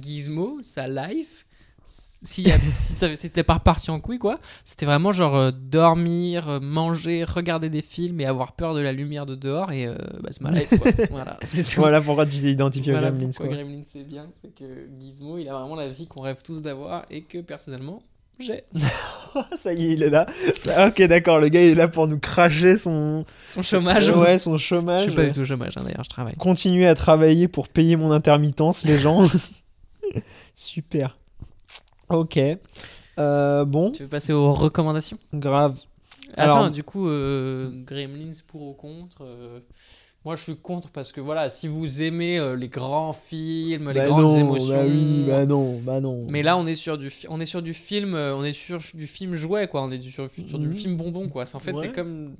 [SPEAKER 5] Gizmo, sa life, si, y a- si ça- si c'était pas parti en couille, quoi, c'était vraiment genre euh, dormir, euh, manger, regarder des films et avoir peur de la lumière de dehors, et euh, bah, c'est ma life, quoi. voilà, c'est tout.
[SPEAKER 6] Voilà pourquoi tu t'es identifié
[SPEAKER 5] Voilà
[SPEAKER 6] au Gremlins.
[SPEAKER 5] pourquoi
[SPEAKER 6] quoi.
[SPEAKER 5] Gremlins, c'est bien, c'est que Gizmo, il a vraiment la vie qu'on rêve tous d'avoir et que personnellement, j'ai
[SPEAKER 6] ça y est, il est là. Ça- ok, d'accord, le gars il est là pour nous cracher son.
[SPEAKER 5] son chômage.
[SPEAKER 6] Euh, Ouais, son chômage.
[SPEAKER 5] je suis pas du tout au chômage, hein, d'ailleurs, je travaille.
[SPEAKER 6] continuer à travailler pour payer mon intermittence, les gens. Super. Ok. Euh, bon,
[SPEAKER 5] Tu veux passer aux recommandations
[SPEAKER 6] grave.
[SPEAKER 5] Attends,
[SPEAKER 6] Alors-
[SPEAKER 5] du coup, euh, Gremlins pour ou contre euh, Moi, je suis contre parce que voilà, si vous aimez euh, les grands films, les
[SPEAKER 6] Bah
[SPEAKER 5] grandes
[SPEAKER 6] non,
[SPEAKER 5] émotions.
[SPEAKER 6] Bah oui, bah non, bah non.
[SPEAKER 5] Mais là, on est sur du, fi- on est sur du film, euh, on est sur du film jouet, quoi. On est du- sur, sur du
[SPEAKER 6] Mhm.
[SPEAKER 5] film bonbon, quoi. C'est- En fait,
[SPEAKER 6] Ouais.
[SPEAKER 5] c'est comme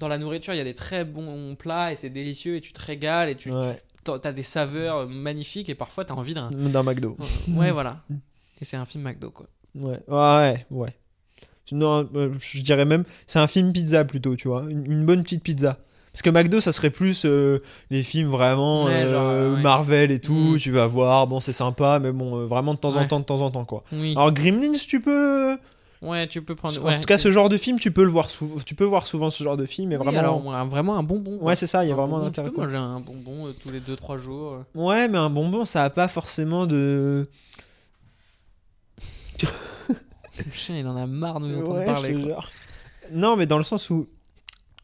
[SPEAKER 5] dans la nourriture, il y a des très bons plats et c'est délicieux et tu te régales et tu
[SPEAKER 6] Ouais, Mmh,
[SPEAKER 5] as des saveurs euh, magnifiques et parfois t'as envie d'un.
[SPEAKER 6] d'un McDo.
[SPEAKER 5] ouais, voilà. Et c'est un film McDo, quoi.
[SPEAKER 6] Ouais, Ah ouais, ouais. Non, euh, je dirais même, c'est un film pizza plutôt, tu vois. Une, une bonne petite pizza. Parce que McDo, ça serait plus euh, les films vraiment
[SPEAKER 5] Ouais,
[SPEAKER 6] euh,
[SPEAKER 5] genre, euh, ouais.
[SPEAKER 6] Marvel et tout.
[SPEAKER 5] Mm.
[SPEAKER 6] Tu vas voir, bon, c'est sympa, mais bon, euh, vraiment de temps en
[SPEAKER 5] Ouais.
[SPEAKER 6] temps, de temps en temps, quoi.
[SPEAKER 5] Oui.
[SPEAKER 6] Alors, Gremlins, tu peux.
[SPEAKER 5] ouais, tu peux prendre.
[SPEAKER 6] En
[SPEAKER 5] ouais,
[SPEAKER 6] tout cas,
[SPEAKER 5] tu-
[SPEAKER 6] ce genre de film, tu peux le voir, sou- tu peux voir souvent ce genre de film, mais
[SPEAKER 5] oui,
[SPEAKER 6] vraiment.
[SPEAKER 5] alors, un- vraiment un bonbon. quoi.
[SPEAKER 6] Ouais, c'est ça, il y a
[SPEAKER 5] Un
[SPEAKER 6] vraiment un
[SPEAKER 5] bonbon,
[SPEAKER 6] intérêt.
[SPEAKER 5] tu peux
[SPEAKER 6] quoi.
[SPEAKER 5] manger un bonbon euh, tous les 2-3 jours. euh.
[SPEAKER 6] Ouais, mais un bonbon, ça a pas forcément de.
[SPEAKER 5] Le chien, il en a marre de nous entendre parler. quoi.
[SPEAKER 6] Non, mais dans le sens où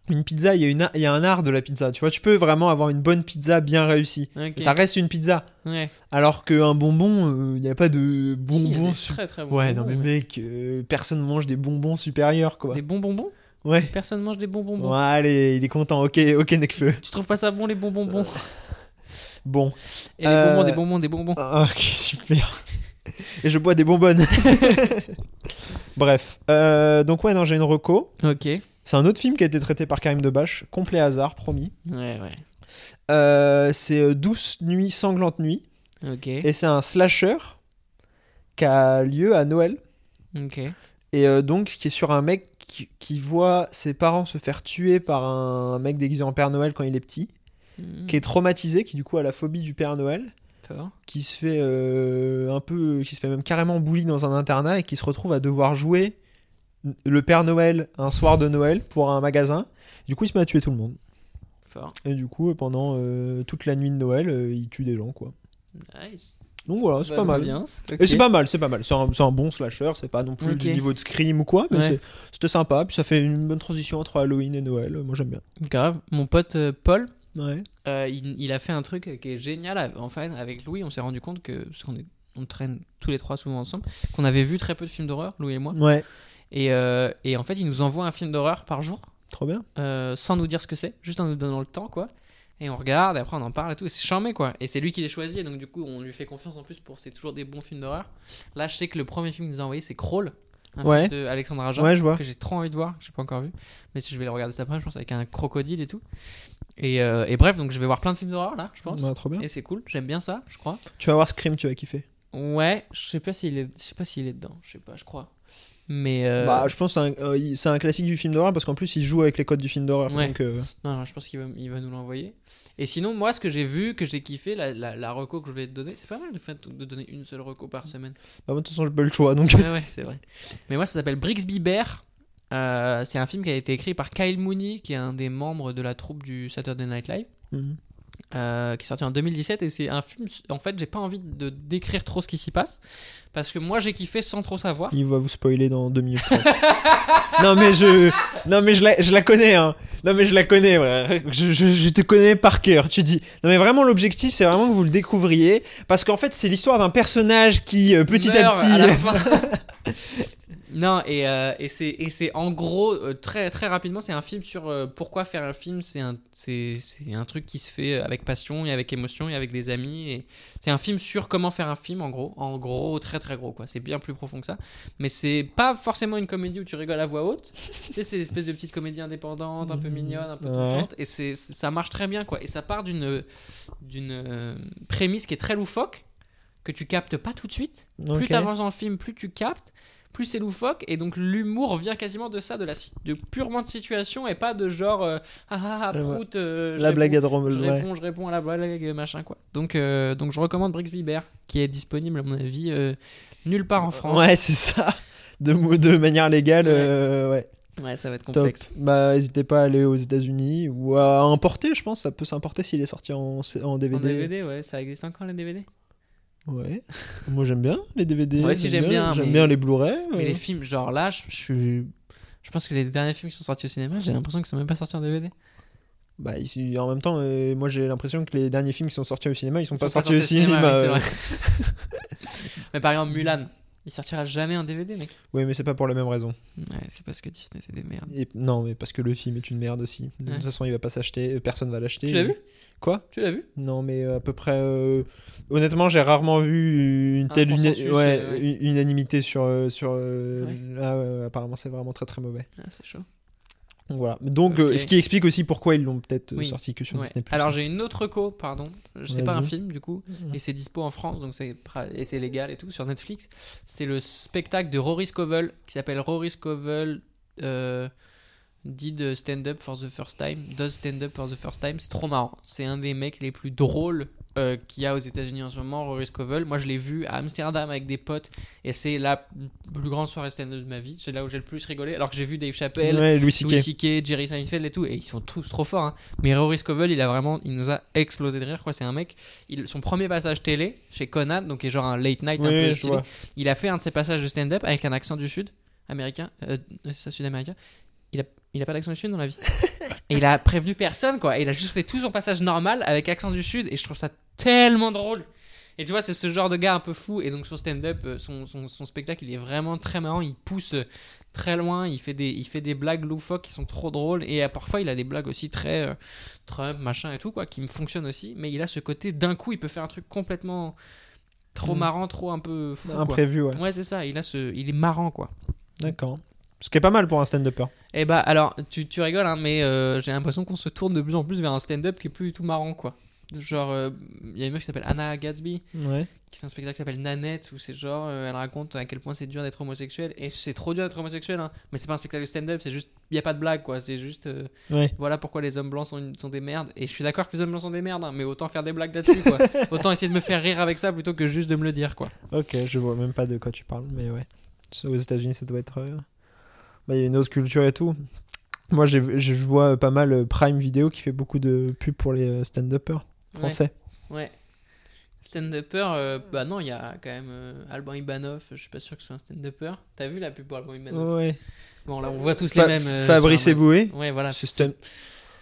[SPEAKER 6] une pizza, il y, a une a- il y a un art de la pizza. Tu vois, tu peux vraiment avoir une bonne pizza bien réussie.
[SPEAKER 5] Ok.
[SPEAKER 6] Mais ça reste une pizza.
[SPEAKER 5] Ouais.
[SPEAKER 6] Alors qu'un bonbon, euh, il n'y a pas de
[SPEAKER 5] Si, il y a
[SPEAKER 6] bonbons.
[SPEAKER 5] des
[SPEAKER 6] su-
[SPEAKER 5] très, très bons
[SPEAKER 6] Ouais, non,
[SPEAKER 5] bonbons,
[SPEAKER 6] mais mec, euh, personne mange des bonbons supérieurs, quoi.
[SPEAKER 5] Des bons bonbons
[SPEAKER 6] Ouais.
[SPEAKER 5] Personne mange des bons bonbons.
[SPEAKER 6] Ouais, allez, il est content. Ok, ok, Necfeu.
[SPEAKER 5] Tu trouves pas ça bon, les bons bonbons
[SPEAKER 6] Bon.
[SPEAKER 5] Et les
[SPEAKER 6] Euh,
[SPEAKER 5] bonbons, des bonbons, des bonbons.
[SPEAKER 6] Ah, ok, super. Et je bois des bonbonnes. Bref. Euh, donc, ouais, non, j'ai une reco.
[SPEAKER 5] Ok. Ouais,
[SPEAKER 6] C'est un autre film qui a été traité par Karim Debache, complet hasard, promis.
[SPEAKER 5] ouais.
[SPEAKER 6] Euh, c'est euh, Douce Nuit, Sanglante Nuit.
[SPEAKER 5] Ok.
[SPEAKER 6] Et c'est un slasher qui a lieu à Noël.
[SPEAKER 5] Ok.
[SPEAKER 6] Et euh, donc, qui est sur un mec qui, qui voit ses parents se faire tuer par un mec déguisé en Père Noël quand il est petit,
[SPEAKER 5] Mm,
[SPEAKER 6] qui est traumatisé, qui du coup a la phobie du Père Noël.
[SPEAKER 5] fort.
[SPEAKER 6] qui se fait euh, un peu, qui se fait même carrément bully dans un internat et qui se retrouve à devoir jouer le Père Noël un soir de Noël pour un magasin. Du coup, il se met à tuer tout le monde.
[SPEAKER 5] Fort.
[SPEAKER 6] Et du coup, pendant euh, toute la nuit de Noël, euh, il tue des gens, quoi.
[SPEAKER 5] Nice. Bah,
[SPEAKER 6] Donc voilà, Oh, c'est
[SPEAKER 5] Bonne
[SPEAKER 6] pas mal.
[SPEAKER 5] ambiance.
[SPEAKER 6] Et
[SPEAKER 5] Ok.
[SPEAKER 6] c'est pas mal, c'est pas mal. C'est un, c'est un bon slasher, c'est pas non plus du
[SPEAKER 5] Ok.
[SPEAKER 6] niveau de Scream ou quoi, mais
[SPEAKER 5] Ouais.
[SPEAKER 6] c'est- c'était sympa. Puis ça fait une bonne transition entre Halloween et Noël. Moi, j'aime bien.
[SPEAKER 5] Grave. Mon pote euh, Paul,
[SPEAKER 6] Ouais.
[SPEAKER 5] Euh, il, il a fait un truc qui est génial. av- Enfin, avec Louis, on s'est rendu compte que, parce qu'on est- on traîne tous les trois souvent ensemble, qu'on avait vu très peu de films d'horreur, Louis et moi.
[SPEAKER 6] Ouais,
[SPEAKER 5] Et, euh, et en fait, il nous envoie un film d'horreur par jour,
[SPEAKER 6] trop bien.
[SPEAKER 5] euh, sans nous dire ce que c'est, juste en nous donnant le temps, quoi. Et on regarde, et après on en parle et tout, et c'est charmé, quoi. Et c'est lui qui les choisit, et donc du coup, on lui fait confiance en plus pour c'est toujours des bons films d'horreur. Là, je sais que le premier film qu'il nous a envoyé, c'est Crawl, un
[SPEAKER 6] Ouais.
[SPEAKER 5] film de Alexandre Aja
[SPEAKER 6] Ouais, je vois.
[SPEAKER 5] que j'ai trop envie de voir, que j'ai pas encore vu, mais si je vais le regarder ça après, je pense avec un crocodile et tout. Et, euh, et bref, donc je vais voir plein de films d'horreur là, je pense.
[SPEAKER 6] Ouais, trop Bah, bien.
[SPEAKER 5] Et c'est cool, j'aime bien ça, je crois.
[SPEAKER 6] Tu vas voir Scream, tu vas kiffer.
[SPEAKER 5] Ouais, je sais pas s'il est, je sais pas s'il est dedans, je sais pas, je crois. Mais euh,
[SPEAKER 6] Bah, je pense que c'est un, euh, il- c'est un classique du film d'horreur parce qu'en plus il joue avec les codes du film d'horreur.
[SPEAKER 5] Ouais.
[SPEAKER 6] Donc, euh,
[SPEAKER 5] non, non, je pense qu'il va, il va nous l'envoyer. Et sinon, moi, ce que j'ai vu, que j'ai kiffé, la, la, la reco que je vais te donner, c'est pas mal de fait de donner une seule reco par semaine.
[SPEAKER 6] bah, de toute façon, j'ai pas eu le choix. Donc,
[SPEAKER 5] ouais, ouais, c'est vrai. Mais moi, ça s'appelle Brixby Bear. Euh, c'est un film qui a été écrit par Kyle Mooney, qui est un des membres de la troupe du Saturday Night Live.
[SPEAKER 6] Mhm.
[SPEAKER 5] euh, qui est sorti en 2017 et c'est un film en fait j'ai pas envie de décrire trop ce qui s'y passe parce que moi j'ai kiffé sans trop savoir
[SPEAKER 6] il va vous spoiler dans deux minutes. trente. non, mais je, non, mais je la, je la connais, hein. Non, mais je la connais, voilà. je, je- je te connais par cœur. Tu dis, non, mais vraiment, l'objectif c'est vraiment que vous le découvriez parce qu'en fait, c'est l'histoire d'un personnage qui euh, petit à
[SPEAKER 5] meurt
[SPEAKER 6] petit.
[SPEAKER 5] la fin. non, et, euh, et c'est et c'est en gros, euh, très, très rapidement, c'est un film sur euh, pourquoi faire un film. C'est un, c'est- c'est un truc qui se fait euh, avec passion et avec émotion et avec des amis. et C'est un film sur comment faire un film, en gros. En gros, très très gros, quoi. C'est bien plus profond que ça. Mais c'est pas forcément une comédie où tu rigoles à voix haute. tu sais, c'est l'espèce de petite comédie indépendante, un peu mignonne, un peu
[SPEAKER 6] Mmh, Ouais.
[SPEAKER 5] touchante. Et c'est- ça marche très bien, quoi. Et ça part d'une d'une euh, prémisse qui est très loufoque, que tu captes pas tout de suite. Plus
[SPEAKER 6] Ok.
[SPEAKER 5] t'avances dans le film, plus tu captes, plus c'est loufoque. Et donc l'humour vient quasiment de ça, de la si- de purement de situation et pas de genre euh, ah ah ah
[SPEAKER 6] Ouais.
[SPEAKER 5] prout. euh, je
[SPEAKER 6] La blague à
[SPEAKER 5] réponds,
[SPEAKER 6] Drummond,
[SPEAKER 5] Je
[SPEAKER 6] ouais.
[SPEAKER 5] réponds, je réponds à la blague, machin quoi. Donc euh, donc je recommande Brixby Bear, qui est disponible à mon avis euh, nulle part en France.
[SPEAKER 6] Ouais, c'est ça. De, mo- de manière légale,
[SPEAKER 5] Ouais.
[SPEAKER 6] euh, ouais.
[SPEAKER 5] Ouais, ça va être
[SPEAKER 6] Top.
[SPEAKER 5] complexe.
[SPEAKER 6] Bah, n'hésitez pas à aller aux États-Unis ou à importer, je pense. Ça peut s'importer s'il est sorti en, en DVD.
[SPEAKER 5] En DVD, ouais, ça existe encore les DVD.
[SPEAKER 6] Ouais. Moi, j'aime bien les DVD.
[SPEAKER 5] Moi aussi, j'aime bien,
[SPEAKER 6] J'aime
[SPEAKER 5] mais-
[SPEAKER 6] bien les Blu-ray.
[SPEAKER 5] Mais
[SPEAKER 6] euh.
[SPEAKER 5] les films, genre là, je, je suis. Je pense que les derniers films qui sont sortis au cinéma, j'ai l'impression qu'ils sont même pas sortis en DVD.
[SPEAKER 6] Bah, ici, en même temps, euh, moi, j'ai l'impression que les derniers films qui sont sortis au cinéma, ils sont,
[SPEAKER 5] Ils
[SPEAKER 6] pas
[SPEAKER 5] sont
[SPEAKER 6] sortis au cinéma.
[SPEAKER 5] oui, c'est
[SPEAKER 6] euh.
[SPEAKER 5] vrai. mais par exemple, Mulan, il sortira jamais en DVD, mec.
[SPEAKER 6] Ouais, mais c'est pas pour la même raison.
[SPEAKER 5] Ouais, c'est parce que Disney, c'est des merdes.
[SPEAKER 6] Et... Non, mais parce que le film est une merde aussi. De
[SPEAKER 5] Ouais.
[SPEAKER 6] toute façon, il va pas s'acheter. euh, Personne va l'acheter.
[SPEAKER 5] Tu l'as vu
[SPEAKER 6] Quoi
[SPEAKER 5] Tu l'as vu
[SPEAKER 6] Non, mais euh, à peu près. euh, Honnêtement, j'ai rarement vu une
[SPEAKER 5] Un
[SPEAKER 6] telle uni-
[SPEAKER 5] consensus,
[SPEAKER 6] ouais,
[SPEAKER 5] euh, ouais.
[SPEAKER 6] une- unanimité sur. euh, sur euh,
[SPEAKER 5] Ouais.
[SPEAKER 6] ah ouais, ouais, apparemment, c'est vraiment très très mauvais.
[SPEAKER 5] ah, C'est chaud.
[SPEAKER 6] Donc, Voilà. Donc, euh,
[SPEAKER 5] Ok.
[SPEAKER 6] ce qui explique aussi pourquoi ils l'ont peut-être euh,
[SPEAKER 5] Oui.
[SPEAKER 6] sorti que sur
[SPEAKER 5] Ouais.
[SPEAKER 6] Disney.
[SPEAKER 5] Alors j'ai une autre co, pardon. C'est pas un
[SPEAKER 6] Vas-y.
[SPEAKER 5] film du coup,
[SPEAKER 6] Mhm.
[SPEAKER 5] et c'est dispo en France, donc c'est pra- et c'est légal et tout sur Netflix. C'est le spectacle de Rory Scovel qui s'appelle Rory Scovel euh, did stand up for the first time, does stand up for the first time. C'est trop marrant. C'est un des mecs les plus drôles euh, qu'il y a aux États-Unis en ce moment, Rory Scovel. Moi je l'ai vu à Amsterdam avec des potes, et c'est la plus grande soirée stand-up de ma vie. C'est là où j'ai le plus rigolé, alors que j'ai vu Dave Chappelle.
[SPEAKER 6] Ouais, Louis C.K.
[SPEAKER 5] Louis C.K., Jerry Seinfeld et tout, et ils sont tous trop forts. hein. Mais Rory Scovel, il a vraiment, il nous a explosé de rire. Quoi, c'est un mec. Il, son premier passage télé chez Conan, donc qui est genre un late night un
[SPEAKER 6] Ouais,
[SPEAKER 5] peu
[SPEAKER 6] je
[SPEAKER 5] stylé.
[SPEAKER 6] vois.
[SPEAKER 5] Il a fait un de ses passages de stand-up avec un accent du sud américain, euh, c'est ça, sud-américain. Il a, il a pas d'accent du sud dans la vie. et il a prévenu personne, quoi. Et il a juste fait tout son passage normal avec accent du sud, et je trouve ça tellement drôle. Et tu vois, c'est ce genre de gars un peu fou. Et donc, son stand-up, euh, son, son, son spectacle, il est vraiment très marrant. Il pousse euh, très loin. Il fait, des, il fait des blagues loufoques qui sont trop drôles. Et euh, parfois, il a des blagues aussi très euh, Trump, machin et tout, quoi, qui me fonctionnent aussi. Mais il a ce côté d'un coup, il peut faire un truc complètement trop
[SPEAKER 6] Mm.
[SPEAKER 5] marrant, trop un peu fou. quoi.
[SPEAKER 6] Imprévu, ouais.
[SPEAKER 5] Ouais, c'est ça. Il, a ce, il est marrant, quoi.
[SPEAKER 6] D'accord. Ce qui est pas mal pour un stand-upper.
[SPEAKER 5] Eh bah, alors, tu, tu rigoles, hein, mais euh, j'ai l'impression qu'on se tourne de plus en plus vers un stand-up qui est plus du tout marrant, quoi. Genre, euh, il y a une meuf qui s'appelle Anna Gatsby.
[SPEAKER 6] Ouais.
[SPEAKER 5] qui fait un spectacle qui s'appelle Nanette où c'est genre euh, elle raconte à quel point c'est dur d'être homosexuel et c'est trop dur d'être homosexuel hein. mais c'est pas un spectacle de stand-up c'est juste il y a pas de blague quoi c'est juste euh,
[SPEAKER 6] Ouais.
[SPEAKER 5] voilà pourquoi les hommes blancs sont, une- sont des merdes et je suis d'accord que les hommes blancs sont des merdes hein, mais autant faire des blagues là-dessus quoi autant essayer de me faire rire avec ça plutôt que juste de me le dire quoi
[SPEAKER 6] Ok, je vois même pas de quoi tu parles, mais ouais. Ça, Aux États-Unis, ça doit être. euh, Bah, il y a une autre culture et tout. Moi, j'ai vu- je je vois pas mal euh, Prime Video qui fait beaucoup de pubs pour les euh, stand-uppers français.
[SPEAKER 5] ouais, ouais. stand-upper euh, bah non il y a quand même euh, Alban Ibanov je suis pas sûr que ce soit un stand-upper t'as vu la pub pour Alban Ibanov
[SPEAKER 6] Ouais.
[SPEAKER 5] bon là on voit tous
[SPEAKER 6] Fa-
[SPEAKER 5] les mêmes euh,
[SPEAKER 6] Fabrice
[SPEAKER 5] sur Amazon.
[SPEAKER 6] Eboué.
[SPEAKER 5] ouais Bah, voilà
[SPEAKER 6] C'est stand-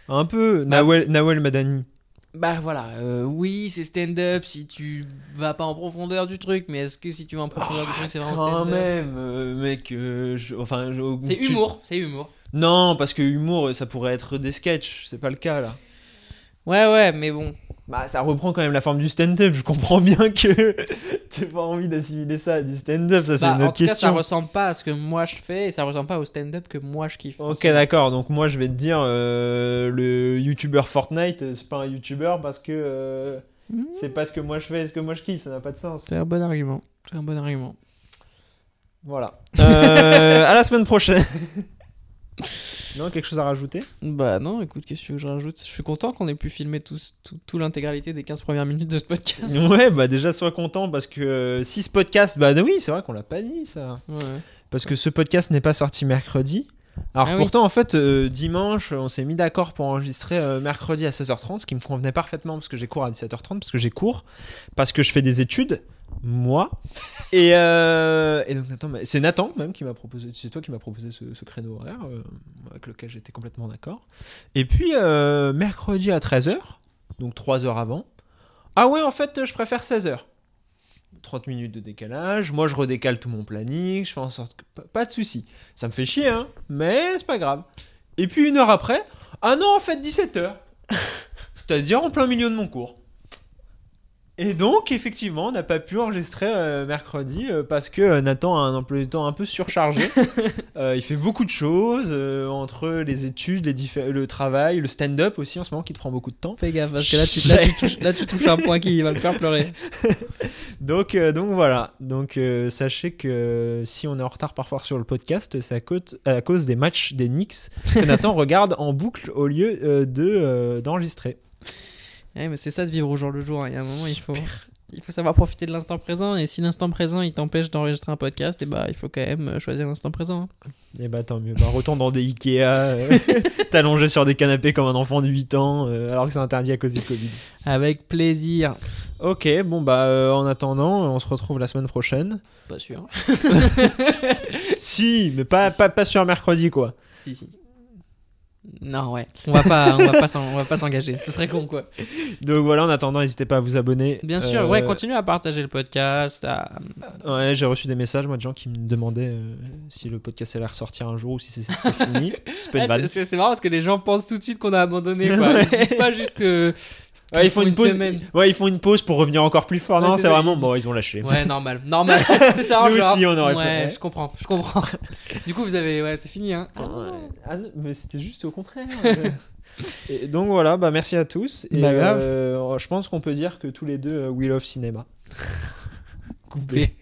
[SPEAKER 6] Un peu Nawel, Nawel Madani.
[SPEAKER 5] Bah voilà, euh, oui, c'est stand-up si tu vas pas en profondeur du truc, mais est-ce que si tu vas en profondeur du truc, c'est vraiment stand-up
[SPEAKER 6] même, euh, mec. euh, je- enfin, je-
[SPEAKER 5] C'est
[SPEAKER 6] tu-
[SPEAKER 5] humour, c'est humour.
[SPEAKER 6] Non, parce que humour, ça pourrait être des sketchs. C'est pas le cas là.
[SPEAKER 5] Ouais, ouais, mais bon.
[SPEAKER 6] Bah, ça reprend quand même la forme du stand-up. Je comprends bien que t'as pas envie d'assimiler ça à du stand-up. Ça, c'est
[SPEAKER 5] Bah,
[SPEAKER 6] une
[SPEAKER 5] en
[SPEAKER 6] autre
[SPEAKER 5] tout cas, ça
[SPEAKER 6] question.
[SPEAKER 5] ressemble pas à ce que moi je fais et ça ressemble pas au stand-up que moi je kiffe.
[SPEAKER 6] ok,
[SPEAKER 5] forcément.
[SPEAKER 6] d'accord. Donc, moi, je vais te dire, euh, le youtubeur Fortnite, euh, c'est pas un youtubeur parce que euh,
[SPEAKER 5] Mmh.
[SPEAKER 6] c'est pas ce que moi je fais et ce que moi je kiffe. Ça n'a pas de sens.
[SPEAKER 5] C'est un bon argument. C'est un bon argument.
[SPEAKER 6] Voilà. Euh, à la semaine prochaine. non, quelque chose à rajouter
[SPEAKER 5] Bah non, écoute, qu'est-ce que tu veux que je rajoute Je suis content qu'on ait pu filmer tout, tout, tout l'intégralité des 15 premières minutes de ce podcast.
[SPEAKER 6] Ouais, bah déjà sois content parce que euh, si ce podcast, bah oui, c'est vrai qu'on l'a pas dit ça,
[SPEAKER 5] Ouais.
[SPEAKER 6] parce que ce podcast n'est pas sorti mercredi. Alors
[SPEAKER 5] Ah oui.
[SPEAKER 6] pourtant en fait euh, dimanche on s'est mis d'accord pour enregistrer euh, mercredi à 16h30 ce qui me convenait parfaitement parce que j'ai cours à 17h30 parce que j'ai cours parce que je fais des études moi et, euh, et donc Nathan m'a- c'est Nathan même qui m'a proposé c'est toi qui m'a proposé ce, ce créneau horaire euh, avec lequel j'étais complètement d'accord et puis euh, mercredi à 13h donc 3 heures avant ah ouais en fait euh, je préfère 16h 30 minutes de décalage, moi je redécale tout mon planning, je fais en sorte que pas- pas de soucis. Ça me fait chier, hein, mais c'est pas grave. Et puis une heure après, ah non, en fait 17h. C'est-à-dire en plein milieu de mon cours. Et donc, effectivement, on n'a pas pu enregistrer euh, mercredi euh, parce que euh, Nathan a un emploi du temps un peu surchargé. Euh, il fait beaucoup de choses euh, entre les études, les diffé- le travail, le stand-up aussi en ce moment qui te prend beaucoup de temps.
[SPEAKER 5] Fais gaffe, parce que là tu, là, tu touches, là, tu touches un point qui va le faire pleurer.
[SPEAKER 6] Donc, euh, donc voilà. Donc euh, sachez que euh, si on est en retard parfois sur le podcast, c'est à, côte- à cause des matchs des Knicks que Nathan regarde en boucle au lieu euh, de euh, d'enregistrer.
[SPEAKER 5] Ouais, Eh, mais c'est ça de vivre au jour le jour. hein. Il y a un moment, il faut, il faut savoir profiter de l'instant présent. Et si l'instant présent il t'empêche d'enregistrer un podcast, et bah il faut quand même euh, choisir l'instant présent.
[SPEAKER 6] Et bah tant mieux. Bah, retourne dans des Ikea, euh, t'allonger sur des canapés comme un enfant de 8 ans, euh, alors que c'est interdit à cause du Covid.
[SPEAKER 5] Avec plaisir.
[SPEAKER 6] Ok, bon bah euh, en attendant, on se retrouve la semaine prochaine.
[SPEAKER 5] Pas sûr.
[SPEAKER 6] Si, mais pas pas, pas sur un mercredi quoi.
[SPEAKER 5] si si. Non ouais. On va pas, on va pas s'en- on va pas s'engager. Ce serait con quoi.
[SPEAKER 6] Donc voilà, en attendant, n'hésitez pas à vous abonner.
[SPEAKER 5] Bien sûr,
[SPEAKER 6] Euh,
[SPEAKER 5] ouais, continue à partager le podcast. à-
[SPEAKER 6] Ouais, j'ai reçu des messages moi de gens qui me demandaient euh, si le podcast allait ressortir un jour ou si c'est- c'était fini. C'est pas une
[SPEAKER 5] Ah,
[SPEAKER 6] vanne.
[SPEAKER 5] c'est- c'est c'est marrant parce que les gens pensent tout de suite qu'on a abandonné. Quoi. Ils se disent pas juste euh, que.
[SPEAKER 6] Ouais, ils font une pause.
[SPEAKER 5] semaine.
[SPEAKER 6] Ouais, ils font une pause pour revenir encore plus fort.
[SPEAKER 5] Ouais,
[SPEAKER 6] non,
[SPEAKER 5] c'est
[SPEAKER 6] c'est
[SPEAKER 5] ça,
[SPEAKER 6] vraiment
[SPEAKER 5] ils-
[SPEAKER 6] bon, ils ont lâché.
[SPEAKER 5] Ouais, normal. Normal. c'est ça,
[SPEAKER 6] Nous
[SPEAKER 5] genre-
[SPEAKER 6] aussi, on aurait
[SPEAKER 5] Ouais,
[SPEAKER 6] fait.
[SPEAKER 5] je comprends. Je comprends. du coup, vous avez. Ouais, c'est fini. Hein. Ah, non, non.
[SPEAKER 6] Ah non, mais c'était juste au contraire. Et donc voilà, bah merci à tous. Et
[SPEAKER 5] Bah, grave.
[SPEAKER 6] euh, je pense qu'on peut dire que tous les deux, euh, we love cinéma.
[SPEAKER 5] Coupé.